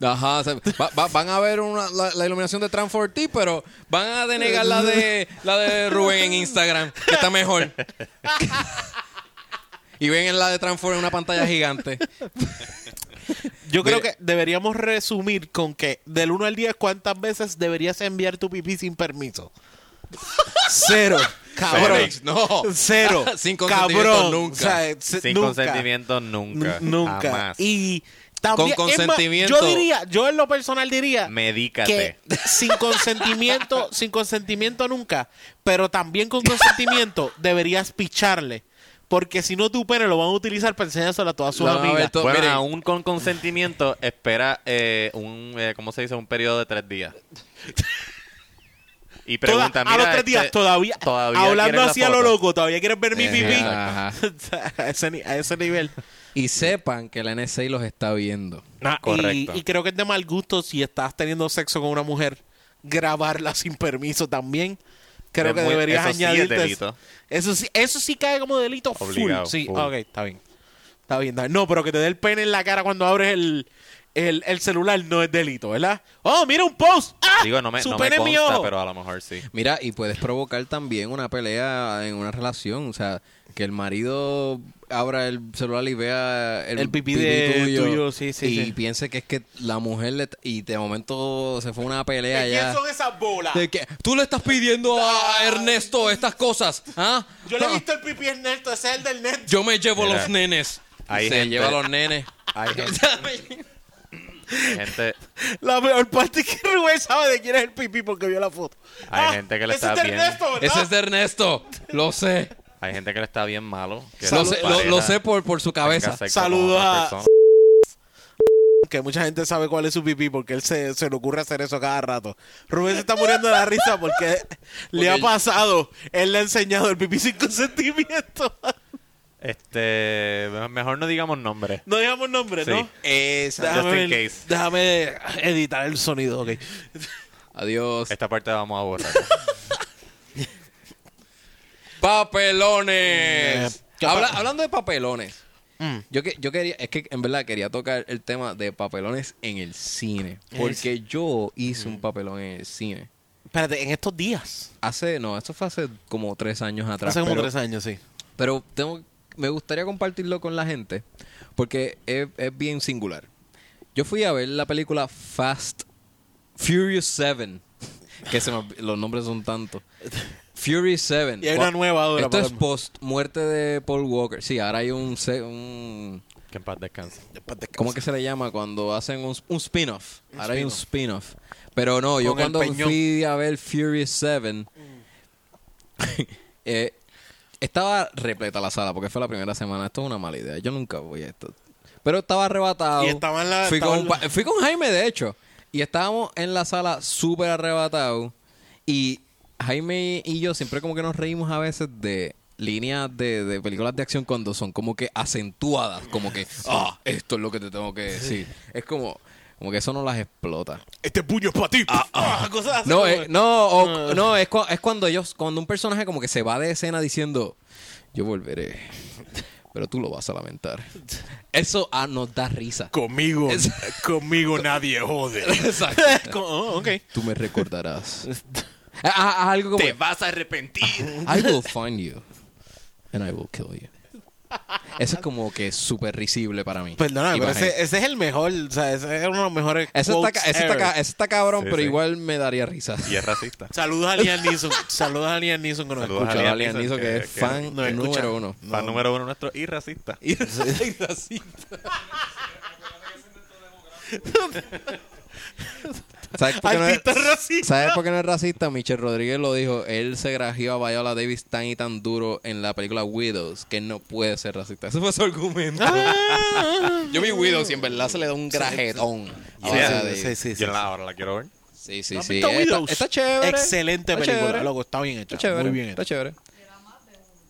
Ajá, o sea, va- va- van a ver una- la, la iluminación de Transforty, pero van a denegar la de la de Rubén en Instagram, que está mejor. y ven en la de Transform en una pantalla gigante. Yo creo Mira. que deberíamos resumir con que del 1 al 10, ¿cuántas veces deberías enviar tu pipí sin permiso? Cero. Cabrón. Félix, no. Cero. Sin consentimiento Cabrón. nunca. O sea, eh, se- sin nunca. consentimiento nunca. N- Nunca. Jamás. Y también. Con es más, consentimiento- yo diría, yo en lo personal diría que Medícate. sin consentimiento, sin consentimiento nunca, pero también con consentimiento deberías picharle. Porque si no, tu pene lo van a utilizar para enseñárselo a todas sus Lo van a ver amigas. to- Bueno, Miren. aún con consentimiento, espera eh, un, eh, ¿cómo se dice? Un periodo de tres días. Y pregunta, Toda- mira, a los tres este, días todavía, todavía hablando quieres la así a lo foto. loco, todavía quieres ver mi Eh, pipí. ajá. a, ese, ni- a ese nivel. Y sepan que la NSA los está viendo. Ah, y- Correcto. Y, creo que es de mal gusto si estás teniendo sexo con una mujer, grabarla sin permiso también. Creo Es que muy- deberías eso sí es añadirte. delito. Eso sí, eso sí cae como delito full. Obligado, Sí, full. ok, está bien. Está bien, está bien. No, pero que te dé el pene en la cara cuando abres el, el, el celular no es delito, ¿verdad? ¡Oh, mira un post! ¡Ah! Digo, no me, ¡Su no me pene en mi consta, ojo! pero a lo mejor sí. Mira, y puedes provocar también una pelea en una relación. O sea, que el marido abra el celular y vea el, El pipí de- tuyo, sí, sí, Y sí. piense que es que la mujer le... Y de momento se fue una pelea ¿De ya. quién son esas bolas? De que, Tú le estás pidiendo a Ernesto estas cosas, ¿ah? Yo le he Ah, visto el pipí en Neto, ese es el del Neto. Yo me llevo Mira, los nenes. hay se gente- lleva a los nenes. Hay gente, hay gente, La peor parte es que Rubén sabe de quién es el pipí porque vio la foto. Ah, Hay gente que le ese está es del bien. Neto, ¿verdad? Ese es de Ernesto. Lo sé. hay gente que le está bien malo. que Lo su sé, lo, pareja lo sé pues, por, por su tenga cabeza. sexo con Saludos otra a- persona. Que mucha gente sabe cuál es su pipí porque él se, se le ocurre hacer eso cada rato. Rubén se está muriendo de la risa porque, le ha pasado. Él le ha enseñado el pipí sin consentimiento. Este, me- mejor no digamos nombres. No digamos nombre, Sí. ¿no? Este, Just Déjame, in ver- case. déjame editar el sonido, ok. Adiós. Eh. Esta parte la vamos a borrar. Papelones. Mm, ¿qué Habla- pa- Mm. hablando de papelones. Yo, que, yo quería, es que en verdad quería tocar el tema de papelones en el cine. Porque yo hice Mm. un papelón en el cine. Espérate, en estos días. Hace, no, esto fue hace como tres años atrás. Hace como pero- tres años, sí. Pero tengo, me gustaría compartirlo con la gente porque es, es bien singular. Yo fui a ver la película Fast Furious 7. Que se me olvi- los nombres son tantos. Furious 7. Y hay una nueva ahora, Esto es Paloma. post muerte de Paul Walker. Sí, ahora hay un, se- un que en paz descanse. ¿Cómo que se le llama cuando hacen un, un spin-off? Ahora hay un spin-off. Pero no, yo Con el cuando peñón. fui a ver Furious 7, eh, estaba repleta la sala porque fue la primera semana. Esto es una mala idea. Yo nunca voy a esto. Pero estaba arrebatado. Y estaba en la- fui, estaba con, en la- pa- fui con Jaime, de hecho. Y estábamos en la sala súper arrebatado. Y Jaime y yo siempre como que nos reímos a veces de líneas de, de películas de acción cuando son como que acentuadas. Como que, ah, esto es lo que te tengo que decir. Es como, como que eso no las explota. Este puño es para ti. Ah, cosas así No, como- Ah. eh, no, o- no, es, cua- es cuando ellos, cuando un personaje como que se va de escena diciendo, yo volveré, pero tú lo vas a lamentar. Eso ah, nos da risa. Conmigo, Es- conmigo nadie jode. Exacto. Co- oh, ok. Tú me recordarás. Ah, ah, ah, algo como, vas a arrepentir. I will find you and I will kill you. Eso es como que súper risible para mí. Perdóname, pero Imagínate. ese, ese es el mejor. O sea, ese es uno de los mejores. Ese está, quotes ca- ese está ever. ca- ese está cabrón, Sí, pero sí. igual me daría risa. y es racista. Saludos a Liam Neeson. Saludos a Liam Neeson que nos Saludos a escucha. Escuchar Liam a Liam Neeson, Neeson, que que- es que- fan no, escucha. número uno. Fan número uno nuestro y racista. Y racista. ¿Sabes por, qué no es, Artista racista. ¿Sabes por qué no es racista? Michelle Rodríguez lo dijo. Él se grajeó a Viola Davis tan y tan duro en la película Widows que él no puede ser racista. Ese fue su argumento. Ah. Yo vi Widows y en verdad se le da un grajetón. a Yeah. Viola Sí, Davis. sí, sí, sí. Yo la, ahora la quiero ver. Sí, sí, ¿No has sí. visto Está, Widows? está chévere. Excelente Está película, chévere. loco. Está bien hecha. Está chévere. Muy bien Está hecha. chévere.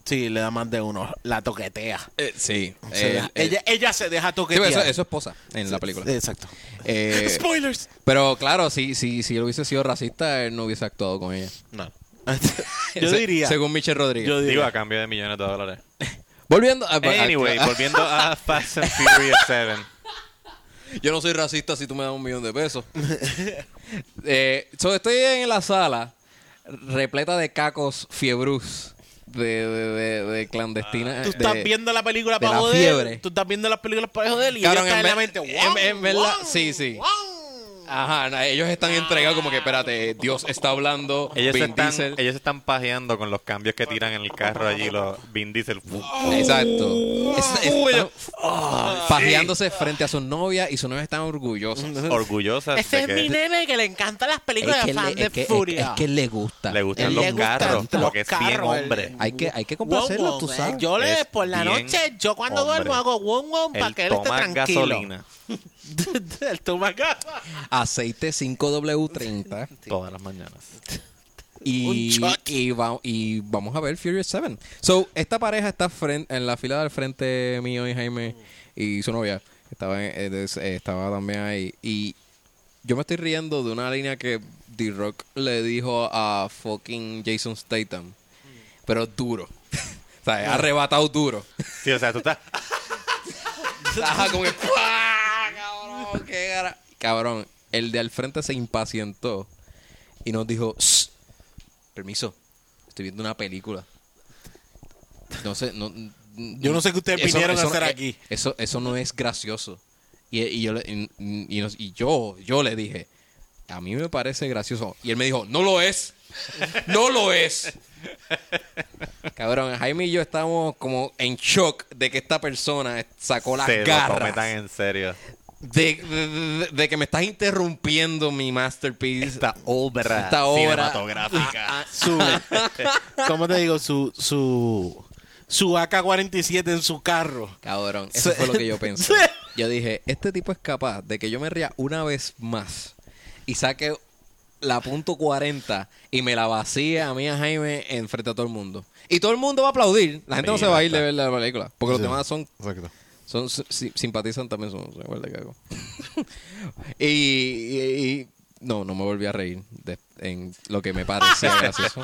Sí, le da más de uno. La toquetea. Eh, sí. Se Eh, deja- eh, ella, ella se deja sí, pues, toquetear. eso, eso es esposa en la película. Exacto. Eh, Spoilers. Pero claro, si, si, si él hubiese sido racista, él no hubiese actuado con ella. No. yo Se- diría. Según Michelle Rodríguez. yo diría. Digo, a cambio de millones de dólares. Volviendo a... Anyway, a- volviendo a Fast and Furious 7. Yo no soy racista si tú me das un millón de pesos. eh, so, estoy en la sala repleta de cacos fiebrus de, de, de, de clandestina. Ah. eh, Tú estás de- viendo la película de para la joder. fiebre. Tú estás viendo las películas para joder y Cabrón, ella está en en la ve- mente. en- "Wow, en verdad, wow, sí, sí. wow". Ajá, na- ellos están entregados como que, espérate, Dios está hablando, Ellos se, Vin están, Diesel. ellos se están pajeando con los cambios que tiran en el carro allí. Los Vin Diesel. fu- Exacto. Es- están pajeándose frente a su novia y su novia está orgullosa. Orgullosas Ese de es mi que nene que le encantan las películas que de fan le- de es que- es- furia. es que le gusta. le gustan Él los le gustan carros. los Porque es bien carros, él- hombre. Hay que, hay que Wom complacerlo, tú wom, sabes. eh. Yo le Es por la bien noche, yo cuando hombre. duermo hago wom wom para El que él esté toma tranquilo. gasolina. Él toma gasolina. Aceite 5W30 Todas las mañanas. y, Un shot. y, va- y vamos a ver Furious 7. So, esta pareja está fren- en la fila del frente mío y Jaime y su novia. Estaba, en- eh, des- eh, estaba también ahí. Y yo me estoy riendo de una línea que D-Rock le dijo a fucking Jason Statham. Pero duro. o sea, arrebatado duro. Sí, o sea, tú estás. Ajá, como que ¡pua! cabrón, qué Cabrón, el de al frente se impacientó y nos dijo, "Shh, permiso, estoy viendo una película. No sé, no... Yo no sé qué ustedes vinieron a hacer eh, aquí. Eso, eso no es gracioso. Y, y yo, le- y- y nos- y yo, yo le dije, a mí me parece gracioso. Y él me dijo, no lo es. No lo es. Cabrón, Jaime y yo estábamos como en shock de que esta persona sacó las Se lo tome tan garras. en serio. De, de- de- de que me estás interrumpiendo mi masterpiece. Esta obra Esta obra. cinematográfica. Su, ¿Cómo te digo? Su, su, su AK-47 en su carro. Cabrón, eso Sí. fue lo que yo pensé. Sí. Yo dije, este tipo es capaz de que yo me ría una vez más y saque la punto 40 y me la vacíe a mí a Jaime en frente a todo el mundo. Y todo el mundo va a aplaudir. La gente no se Mira, va a ir está. de ver la película. Porque Sí. los demás son, Exacto. son si- simpatizan también son. se acuerda que hago. y, y- y- no, no me volví a reír de- en lo que me parecía gracioso.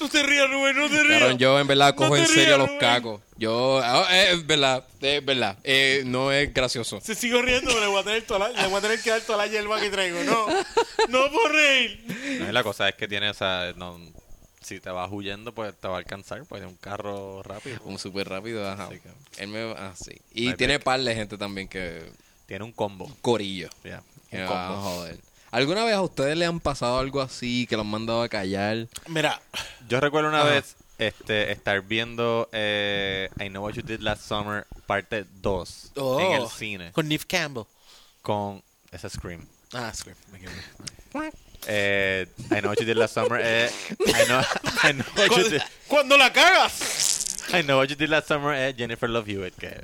No te rías, Rubén, no te Cabrón, yo en verdad cojo te en serio rías, los Rubén. cacos. Yo, ah, eh, es verdad, es verdad. Eh, no es gracioso. Se sigo riendo, pero le voy a tener, toda la- le voy a tener que dar toda la hierba que traigo. No, no por reír. No, y la cosa es que tiene, o sea, no- si te vas huyendo, pues te va a alcanzar, pues es un carro rápido. Como súper rápido, ajá. Sí, cabrón. Él me ah, sí. Y Ay, tiene me- par de gente también que. Tiene un combo. Corillo. ya, Que un me van a combo. joder. ¿Alguna vez a ustedes le han pasado algo así que los han mandado a callar? Mira, Yo recuerdo Ah. una vez este, estar viendo eh, I Know What You Did Last Summer, parte 2, oh, en el cine, Con Neve Campbell. con ese Scream. Ah, Scream. me equivoqué. Eh, I Know What You Did Last Summer es... I know, I know what you Cuando, did, cuando la cagas. I Know What You Did Last Summer es Jennifer Love Hewitt, que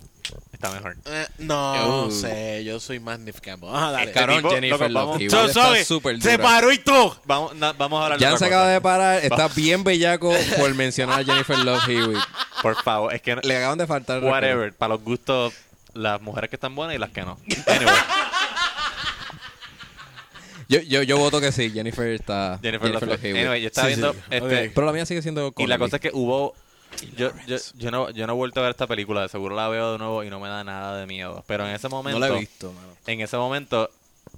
está mejor. Eh, no Uh. sé, yo soy más Neve Campbell. Ajá, Ah, dale. Este Cabrón, tipo, Jennifer loco, Love vamos- Hewitt So, está ¿sabes? súper Se dura. paró y todo. Vamos, no, vamos a hablar de Jan otra se acaba cosa. de parar, está bien bellaco por mencionar a Jennifer Love Hewitt. Por favor, es que... no- Le acaban de faltar. respeto. Whatever, para los gustos, las mujeres que están buenas y las que no. Anyway, Yo, yo, yo voto que sí, Jennifer está. Jennifer Love Hewitt. Anyway, yo estaba Sí, sí. viendo. Este, Ok. Pero la mía sigue siendo. Y la Connelly. cosa es que hubo. Yo, yo, yo, no, yo no he vuelto a ver esta película, de seguro la veo de nuevo y no me da nada de miedo. Pero en ese momento. No la he visto, mano. En ese momento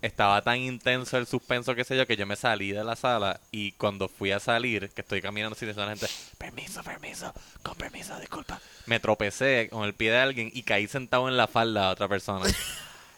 estaba tan intenso el suspenso, qué sé yo, que yo me salí de la sala y cuando fui a salir, que estoy caminando sin decir a la gente, permiso, permiso, con permiso, disculpa. Me tropecé con el pie de alguien y caí sentado en la falda de otra persona.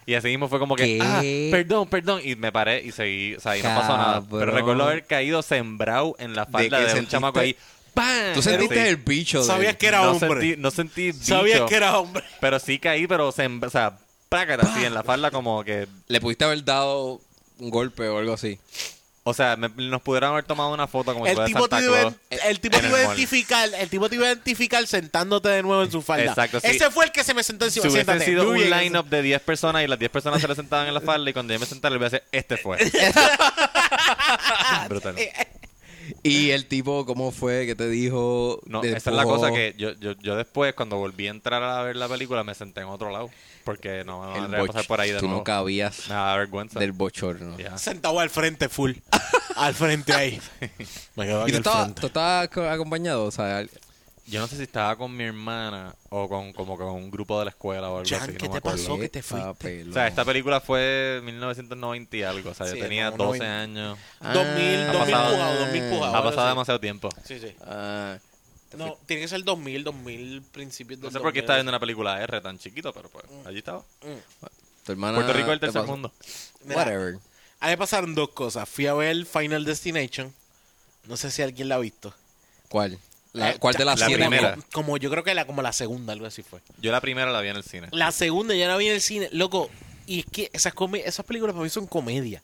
Y así mismo fue como que, ¿Qué? ah, perdón, perdón. Y me paré y seguí, o sea, ahí no pasó nada. Pero Cabrón. recuerdo haber caído sembrado en la falda que de, un sentiste- chamaco ahí. ¡Pam! Tú sentiste Sí. el bicho de. Sabías que era no hombre. Sentí, no sentí bicho, Sabías que era hombre. Pero sí caí, pero sem- o sea, prácata, así en la falda como que... Le pudiste haber dado un golpe o algo así. O sea, me- nos pudieran haber tomado una foto como si El fuera tipo, Santa te iba, Claus. a- el tipo en te el iba a mall. identificar, el tipo te iba a identificar sentándote de nuevo en su falda. Exacto, sí. Ese fue el que se me sentó Si encima. hubiese Siéntate. sido Muy un bien. line-up de 10 personas y las 10 personas se le sentaban en la falda y cuando yo me sentara le voy a decir, este fue. Brutal. Y el tipo, ¿cómo fue? que te dijo? No, Te esa es la empujó. cosa que yo, yo, yo después, cuando volví a entrar a ver la película, me senté en otro lado. Porque no me El van a pasar boch- por ahí de Tú nuevo. no cabías Me da vergüenza. del bochorno. Ya. Sentado al frente, full. al frente ahí. Me quedo aquí ¿Y al tú estabas, frente. tú estabas co- acompañado? O sea, al- Yo no sé si estaba con mi hermana o con como con un grupo de la escuela o algo Jan, así. no ¿qué me te acuerdo. pasó? que te Epa, fuiste. pelón. O sea, esta película fue 1990 y algo. O sea, Sí, yo tenía como 12 90. años. Ah, 2000, ha 2000 pasado. pujado, 2000 pujado. ha algo pasado así. demasiado tiempo. Sí, sí. Ah, No, tiene que ser 2000, 2000, principios del No sé por qué 2000. estaba viendo una película R tan chiquito, pero pues Mm. allí estaba. tu hermana. Puerto Rico es el te tercer Ah, pasó- mundo. Mira. Whatever. A mí me pasaron dos cosas. Fui a ver Final Destination. No sé si alguien la ha visto. ¿Cuál? La- Eh, ¿Cuál de las la ya- siete? primera. Como, como yo creo que la, como la segunda, algo así fue. Yo la primera la vi en el cine. La segunda ya la vi en el cine. Loco, y es que esas, come- esas películas para mí son comedia.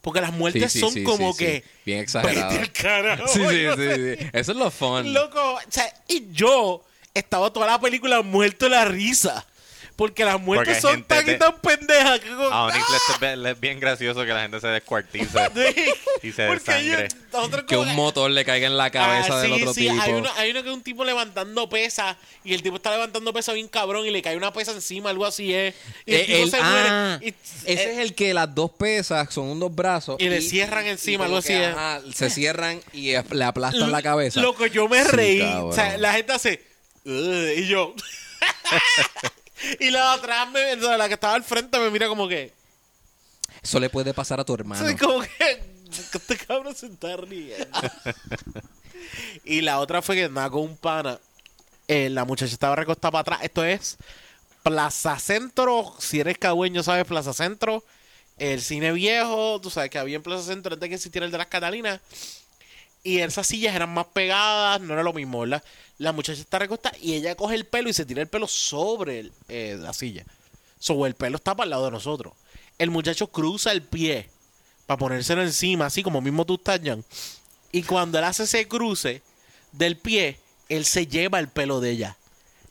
Porque las Sí, muertes sí, son sí, como sí, sí. que... Bien Vete exagerado. al carajo. Sí, sí, yo no sé. sí, sí. Eso es lo fun. Loco, o sea, y yo estaba toda la película muerto de la risa. Porque las muertes Porque son gente tan te- y tan pendejas que... como- "Ah, A Onyx le- le es bien gracioso que la gente se descuartice y se Porque yo- desangre. nosotros Que como un motor le caiga en la cabeza Ah, del sí, otro sí, tipo. Hay uno, hay uno que es un tipo levantando pesa y el tipo está levantando pesa bien cabrón y le cae una pesa encima, algo así es. Y el, Eh, tipo el- se ah, muere. y- ese eh, es el que las dos pesas son unos brazos. Y le cierran encima, como algo que, así, eh. ajá, se cierran y ap- le aplastan la cabeza. Loco, yo me Sí, reí. cabrón. O sea, la gente hace. "Ugh", y yo. Y la de atrás, me, la que estaba al frente, me mira como que. Eso le puede pasar a tu hermano. Sí, como que este cabrón se está riendo. y la otra fue que andaba con un pana. eh, la muchacha estaba recostada para atrás. Esto es Plaza Centro. Si eres cagüeño, sabes Plaza Centro. El cine viejo. Tú sabes que había en Plaza Centro antes que existiera el de las Catalinas. Y esas sillas eran más pegadas. No era lo mismo, ¿verdad? La muchacha está recostada y ella coge el pelo y se tira el pelo sobre el, eh, la silla. So, el pelo está para el lado de nosotros. El muchacho cruza el pie para ponérselo encima, así como mismo tú estás, Jan. Y cuando él hace ese cruce del pie, él se lleva el pelo de ella.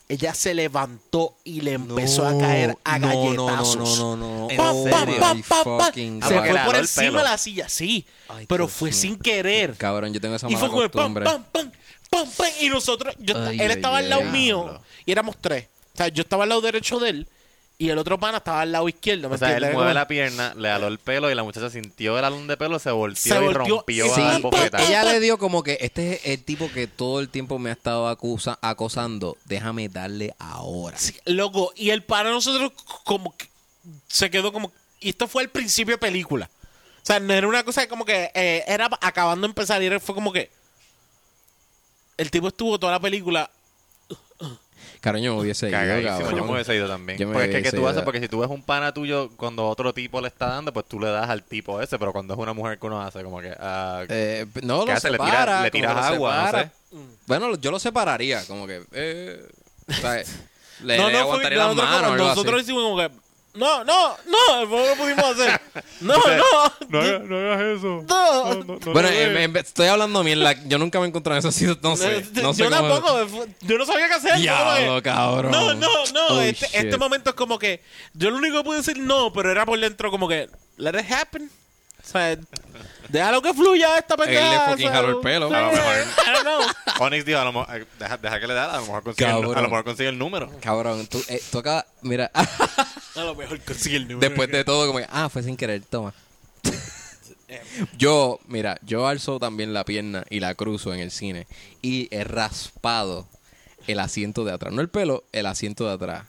Ella se levantó y le empezó a caer a no, no, galletazos. no, no, no, no. Pam, ¿En pam, serio? pam, pam, pam. Fucking Se God. fue por Claro, el encima pelo. de la silla, sí. Ay, pero Dios fue mío. sin querer. Cabrón, yo tengo esa Y mala fue como el pam, costumbre. pam, pam, pam, pam. Y nosotros, yo, Ay, él ay, estaba al ay, lado ay. mío y éramos tres. O sea, yo estaba al lado derecho de él y el otro pana estaba al lado izquierdo. ¿me O sea, entiendes? él mueve Era la pierna, le aló el pelo y la muchacha sintió el alón de pelo, se volteó, Se y volteó rompió y a se- dar Sí, bofetadas. pa, Ella le dio como que este es el tipo que todo el tiempo me ha estado acusa- acosando. Déjame darle ahora. Sí, loco, y el para nosotros como que se quedó como... Y esto fue el principio de película. O sea, no era una cosa como que eh, era acabando de empezar y era- fue como que... El tipo estuvo toda la película... Carajo, yo me hubiese ido, Cagadísimo, cabrón. yo me hubiese ido también. Yo me Porque es que, hubiese ¿qué tú ido. haces? Porque si tú ves un pana tuyo cuando otro tipo le está dando, pues tú le das al tipo ese, pero cuando es una mujer que uno hace, como que... ah, Eh, no, ¿Qué lo hace? Le tira- separa. le como tiras que lo agua, no separa. Bueno, yo lo separaría, como que... eh, o sea, le, no, no, le fue aguantaría nosotros, las como- manos o algo así. nosotros hicimos como que... No, no, no, no lo pudimos hacer. No, o sea, no, No hagas, no hagas eso. no. No, no, no Bueno, lo em- hagas. em- estoy hablando mierda. Yo nunca me he encontrado en esos sitios. No sé. No sé yo cómo- tampoco, fue- yo no sabía qué hacer. fue como que- Diablo, cabrón. No, no, no. Oh, este, shit. este momento es como que. Yo lo único que pude decir no, pero era por dentro como que. Let it happen. O sea, déjalo que fluya esta pendeja. le o fucking sea, jaló el pelo. sí, A lo mejor. I don't know. Onyx dijo, a lo mejor, deja, deja que le da, a lo mejor consigue, el, nu- Cabrón. a lo mejor consigue el número. Cabrón, tú, eh, tú acabas... Mira, A lo mejor consigue el número. después de todo, como... que, Ah, fue sin querer. Toma. Yo, mira, yo alzo también la pierna y la cruzo en el cine. Y he raspado el asiento de atrás. No el pelo, el asiento de atrás.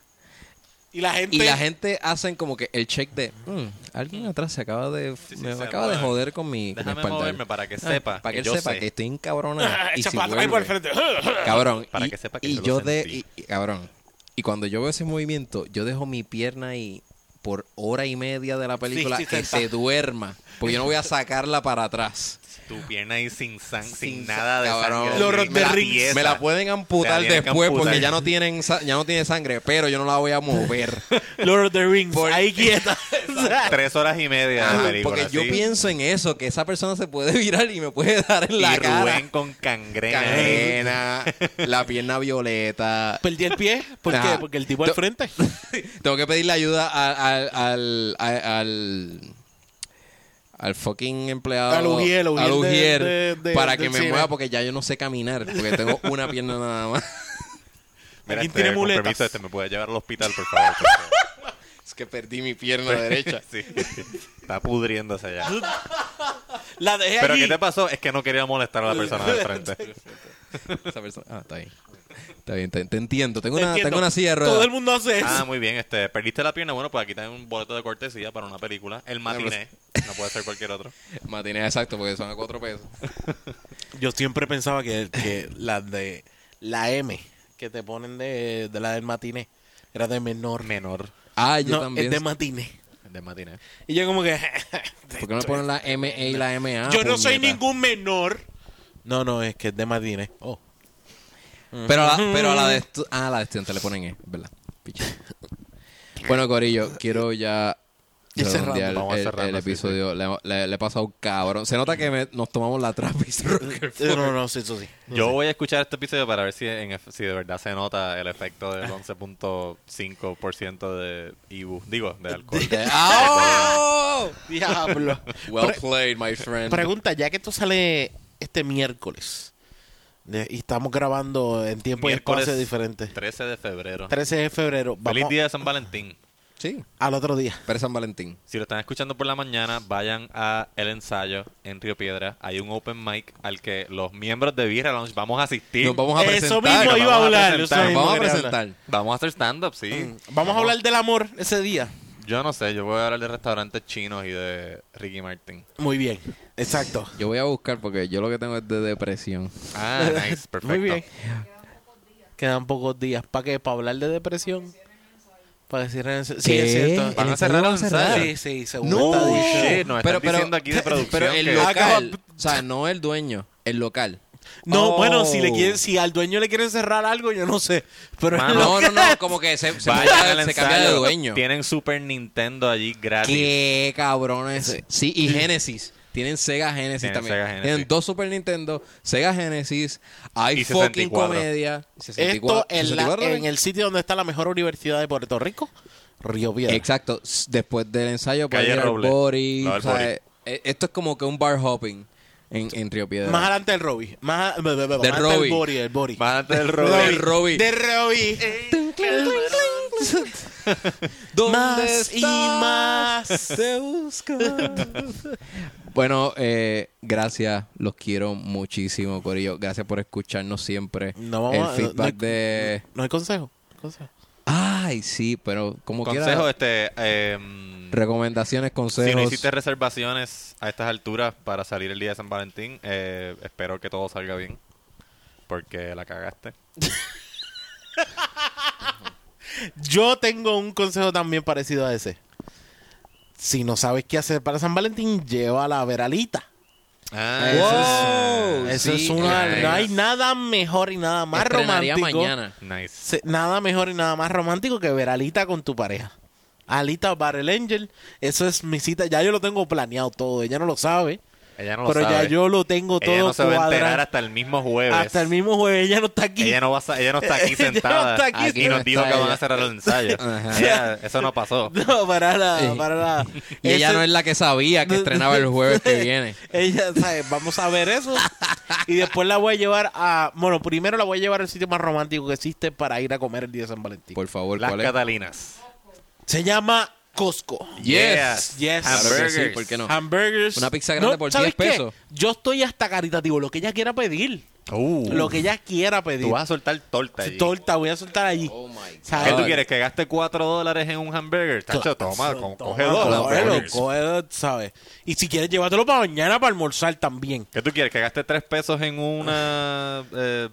Y la gente. Y la gente hacen como que el check de... "Mm, alguien atrás se acaba de... sí, me se acaba de mueve. joder con mi, con mi Déjame espalda". moverme para que Ah, sepa, Para que que él yo sepa sé. que estoy en cabrona. y Echa si para atrás y por el vuelve- frente. Cabrón. Para y, que sepa que y yo lo yo de sentí. y- y- cabrón. Y cuando yo veo ese movimiento, yo dejo mi pierna ahí por hora y media de la película sí, que senta. se duerma, porque yo no voy a sacarla para atrás. Tu pierna ahí sin sang, sin, Sin sa- nada de cabrón. sangre. Los Me Rod de la Rings. pieza. Me la pueden Te amputar la tienen que después amputar. porque ya no tienen sa- ya no tiene sangre, pero yo no la voy a mover. Lord of the Rings. Por- Ahí quieta. O sea, Tres horas y media de Ajá, película, porque yo sí. pienso en eso, que esa persona se puede virar y me puede dar en Y la Rubén cara. con cangrena. ahí. Cangrena, la pierna violeta. Perdí el pie. ¿Por Ajá. qué? Porque el tipo al Yo- frente. Tengo que pedirle ayuda a- al al al al, al fucking empleado Al Ujier, al Ujier al de- Ujier, de- de- para del que me cine. mueva porque ya yo no sé caminar porque tengo una pierna nada más. Mira, ¿Quién este, tiene con muletas? permiso, este me puede llevar al hospital, por favor. por favor. Es que perdí mi pierna derecha. Sí. Está pudriéndose ya. La dejé Pero allí. ¿qué te pasó? Es que no quería molestar a la persona del frente. Esa persona- ah, está bien. Está bien, te, te entiendo. Tengo una, Entiendo. tengo una silla de Todo ruedas. el mundo hace eso. Ah, muy bien. Este, perdiste la pierna. Bueno, pues aquí tengo un boleto de cortesía para una película. El matiné. No puede ser cualquier otro. Matiné exacto porque son a cuatro pesos. Yo siempre pensaba que, que la de la M que te ponen de, de la del matiné era de menor. Menor. Ah, yo no, también. es de matiné. De matiné. Y yo como que... ¿Por qué no ponen la ME y la MA? yo no soy puñeta? ningún menor. No, no, es que es de matiné. Oh. Pero a la, pero a la de estu- ah, a la de estudiante le ponen E, ¿verdad? Piche. Bueno, Corillo, quiero ya Ir cerrando. redondear Vamos el, cerrando, el sí, episodio. Le, le- le he pasado cabrón. Se nota que me- nos tomamos la trapis rocker. Eh, No, no, sí, eso sí. Yo voy a escuchar este episodio para ver si, en ef- si de verdad se nota el efecto del 11.5% de Ibu. Digo, de alcohol. ¡Ah! Diablo. Well Pre- played, my friend. pregunta, ya que esto sale este miércoles de- y estamos grabando en tiempo y espacio diferente. 13 de febrero. 13 de febrero. Feliz vamos- día de San Valentín. Sí. al otro día. Pero es San Valentín. Si lo están escuchando por la mañana, vayan a el ensayo en Río Piedra. Hay un open mic al que los miembros de Vira Lounge vamos a asistir. Nos vamos a Eso presentar. mismo nos iba a vamos a hablar. presentar, eso Nos mismo vamos a quería hablar. presentar. Vamos a hacer stand-up, sí. Vamos a hablar del amor ese día. Yo no sé, yo voy a hablar de restaurantes chinos y de Ricky Martin. Muy bien, exacto. Yo voy a buscar porque yo lo que tengo es de depresión. Ah, nice, perfecto. Muy bien. Quedan pocos días. ¿Para qué? ¿Para hablar de depresión? Para que cierren el ensayo. Sí, ¿Qué? es cierto. Van a ¿El cerrar el ensayo va a cerrar? ensayo. Sí, sí, según No. está dicho. Shit, nos están diciendo aquí de producción Pero el que- local, Acaba- o sea, no el dueño, el local. No, Oh. bueno, si le quieren, si al dueño le quieren cerrar algo, yo no sé. Pero Mano, lo No, que- no, no, como que se, se, Vayan cambia, al se cambia de ensayo. dueño. Tienen Super Nintendo allí gratis. Qué cabrones. Sí, y Genesis. Tienen Sega Genesis Tienen también. Sega Genesis. Tienen dos Super Nintendo, Sega Genesis, hay Y fucking 64. comedia. Esto 64, en, la- 64 en el sitio donde está la mejor universidad de Puerto Rico, Río Piedra. Exacto. S- Después del ensayo puede Calle ir al Roble. Bori. No, al o sea, Bori. eh, Esto es como que un bar hopping en, en Río Piedra. Más adelante el Robbie. Más, a- más adelante Robbie. el Bori, el Bori. Van a tener Robbie. Robbie. Robbie. De Robbie. ¿Dónde Más y estás? más. Te busco. bueno, eh, gracias. Los quiero muchísimo, Corillo. Gracias por escucharnos siempre. No, vamos a- El feedback no- de... No hay consejo. consejo. Ay, sí, pero como Consejo, quiera... este... em, Recomendaciones, consejos. Si no hiciste reservaciones a estas alturas para salir el día de San Valentín, eh, espero que todo salga bien. Porque la cagaste. Yo tengo un consejo también parecido a ese. Si no sabes qué hacer para San Valentín, lleva la veralita. Ah, Wow. Eso Pues Sí, es una. nice. No hay nada mejor y nada más Estrenaría romántico. mañana. Nice. se- nada mejor y nada más romántico que ver Alita con tu pareja. Alita Barrel Angel, eso es mi cita. Ya yo lo tengo planeado todo. Ella no lo sabe, Ella no lo pero ya sabe. yo lo tengo Ella todo no se va a enterar cuadrado. hasta el mismo jueves. Hasta el mismo jueves, ella no está aquí. Ella no, va a sa- ella no está aquí Ella no sentada. está aquí y nos sentada. dijo que van a cerrar el ensayo. Ajá. Ella- eso no pasó. No, para nada, Sí. para nada. Y ella Ese- no es la que sabía que estrenaba el jueves que viene. Ella, ¿sabes? Vamos a ver eso. Y después la voy a llevar a. Bueno, primero la voy a llevar al sitio más romántico que existe para ir a comer el día de San Valentín. Por favor, Las ¿cuál es? Catalinas. Se llama Costco. Yes. Yes. Claro que sí, Hamburgers. ¿por qué no? Hamburgers. Una pizza grande por ¿sabes 10 qué? pesos. Yo estoy hasta caritativo. Lo que ella quiera pedir. Uh, Lo que ella quiera pedir. Tú vas a Oh soltar torta allí. Torta, voy a soltar allí. ¿Qué ¿Sabes? tú quieres? ¿Que gaste 4 dólares en un hamburger? Tacho, toma, co- coge dos. Cógelo, hamburgers. cógelo, ¿sabes? Y si quieres, llévatelo para mañana para almorzar también. ¿Qué tú quieres? ¿Que gaste 3 pesos en Ah. una. Eh,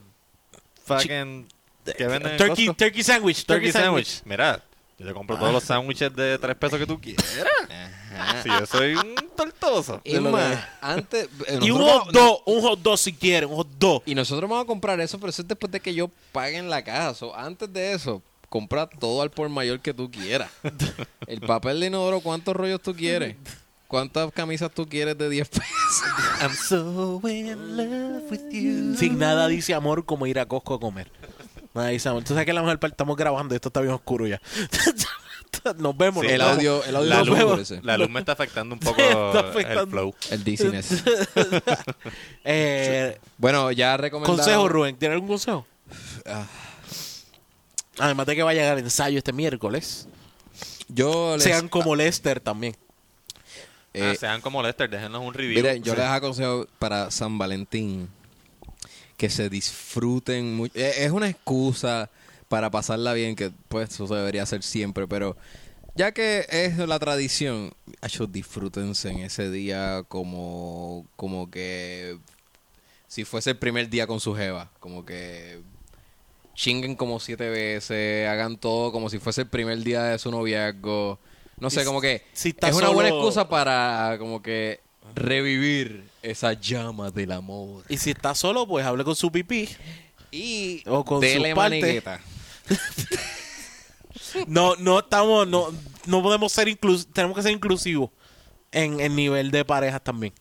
fucking. ¿Qué venden en Turkey, Costco? turkey sandwich. Turkey sandwich. Mira, yo te compro todos los Ah. sándwiches de 3 pesos que tú quieras. Si yo soy un tortoso. Es más, antes... eh, Y un nosotros vamos- hot dog. Un hot dog si quieres. Un hot dog. Y nosotros vamos a comprar eso, pero eso es después de que yo pague en la caja. So, antes de eso, compra todo al por mayor que tú quieras. El papel de inodoro, ¿cuántos rollos tú quieres? ¿Cuántas camisas tú quieres de 10 pesos? I'm so in love with you. Sin nada dice amor como ir a Costco a comer. Nada dice amor. Tú sabes que la mujer parte- estamos grabando y esto está bien oscuro ya. Nos vemos. Sí, nos el vemos. audio, el audio La es oscuro luz, ese. la luz me está afectando un poco Sí, está el afectando. flow. El dizziness. Eh, Bueno, ya recomendado. Ah. consejo, Rubén. ¿Tienes algún consejo? Además de que va a llegar el ensayo este miércoles. Yo les, Sean como Lester también. eh, Ah, sean como Lester, déjenos un review. miren, yo Sí. les aconsejo para San Valentín que se disfruten mucho. Es una excusa para pasarla bien, que pues eso se debería hacer siempre, pero ya que es la tradición, acho, disfrútense en ese día como, como que si fuese el primer día con su jeva, como que chinguen como siete veces, hagan todo como si fuese el primer día de su noviazgo. No sé, Y como que si está es una buena solo- excusa para como que revivir esa llama del amor. Y si está solo, pues hable con su pipí. Y O con dele sus partes. manigueta. No, no estamos, no, no podemos ser inclusivos. Tenemos que ser inclusivos en el nivel de parejas también.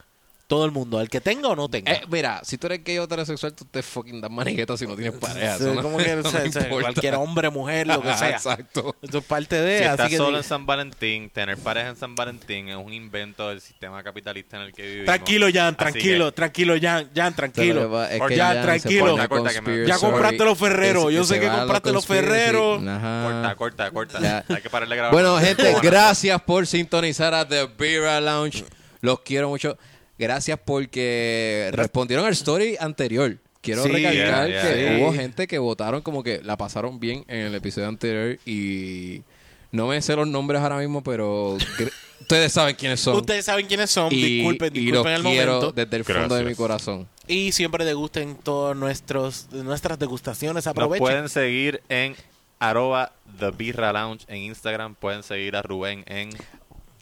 Todo el mundo, el que tenga o no tenga. Eh, mira, si tú eres gay o heterosexual, tú te fucking das maniguetas si no tienes pareja. Sí, Eso no- como que, eso o sea, no o sea, importa. cualquier hombre, mujer, lo que Ajá, sea. Exacto. Eso es parte de. Si así estás que solo en San Valentín, tener pareja en San Valentín es un invento del sistema capitalista en el que vivimos. Tranquilo, Jan, Así tranquilo, tranquilo, Jan, Jan, Pero tranquilo. va- es Or- que ya, se tranquilo. pone Corta, corta, que me- conspiracy. Ya compraste los Ferrero, Es- yo sé se que va a la compraste los conspiracy. Ferrero. Ajá. Corta, corta, corta. Ya. Hay que pararle de grabar. Bueno, gente, Cojones. gracias por sintonizar a The Beer Lounge. Los quiero mucho. Gracias porque respondieron al story anterior. Quiero Sí, recalcar yeah, que yeah. hubo Sí. gente que votaron como que la pasaron bien en el episodio anterior y no me sé los nombres ahora mismo, pero cre- ustedes saben quiénes son. Ustedes saben quiénes son, y, disculpen, y los disculpen el quiero momento. desde el fondo de Gracias. mi corazón. Y siempre degusten todos nuestros nuestras degustaciones, Nos aprovechen. pueden seguir en arroba The Birra Lounge en Instagram. Pueden seguir a Rubén en...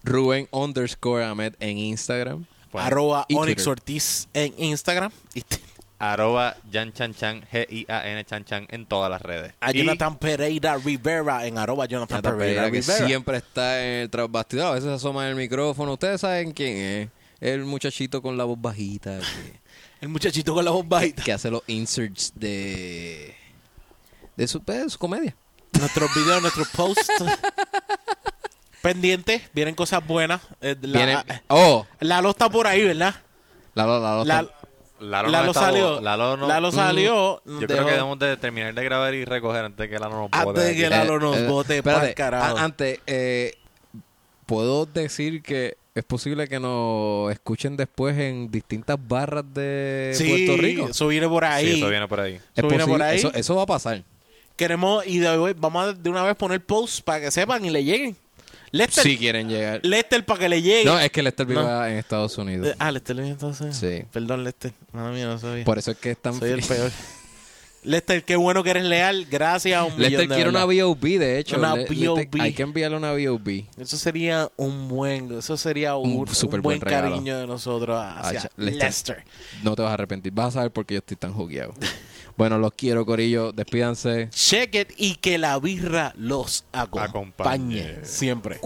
Rubén underscore Ahmed en Instagram. pueden- Arroba y Onyx Twitter. Ortiz en Instagram. Y t- arroba Yan Chan Chan, G-I-A-N Chan Chan en todas las redes. a Y Jonathan Pereira Rivera en arroba Jonathan Nata Pereira Pereira, que Rivera. siempre está en el tras bastidor, a veces se asoma en el micrófono. Ustedes saben quién es. El muchachito con la voz bajita que- El muchachito con la voz que, bajita. hace los inserts de de su, pues, de su comedia. nuestros videos, nuestros posts. Pendientes, vienen cosas buenas. Eh, La, Viene- oh, Lalo está por ahí, ¿verdad? la la la, la- La- Lalo, no Lalo está- salió. Lalo no- Mm, Lalo salió. Yo dejó- creo que debemos de terminar de grabar y recoger antes de que Lalo nos Antes bote de de que aquí. la- Lalo nos bote pa'l eh, espérate, carajo. a- antes, eh, puedo decir que es posible que nos escuchen después en distintas barras de Sí, Puerto Rico. eso viene por ahí. Sí, eso viene por ahí. Es eso viene posible- por ahí. Eso, eso va a pasar. Queremos, y de hoy vamos a de una vez poner posts para que sepan y le lleguen. Lester, Si quieren llegar. Lester para que le llegue. No, es que Lester No. vive en Estados Unidos. Eh, Ah, Lester entonces. Sí. Perdón, Lester. Mala mía, no sabía. Por eso es que es tan Soy el peor. Lester, qué bueno que eres leal. Gracias. Un Lester millón de quiere una verdad. B.O.B. de hecho. Una Le- le- B.O.B.. Hay que enviarle una B.O.B. Eso sería un buen, eso sería un, Un un súper buen, buen regalo. cariño de nosotros hacia Hacia Lester. Lester. No te vas a arrepentir. Vas a saber por qué yo estoy tan jugueado. bueno, los quiero, Corillo. Despídanse. Check it y que la birra los acompañe. Acompañe. Siempre.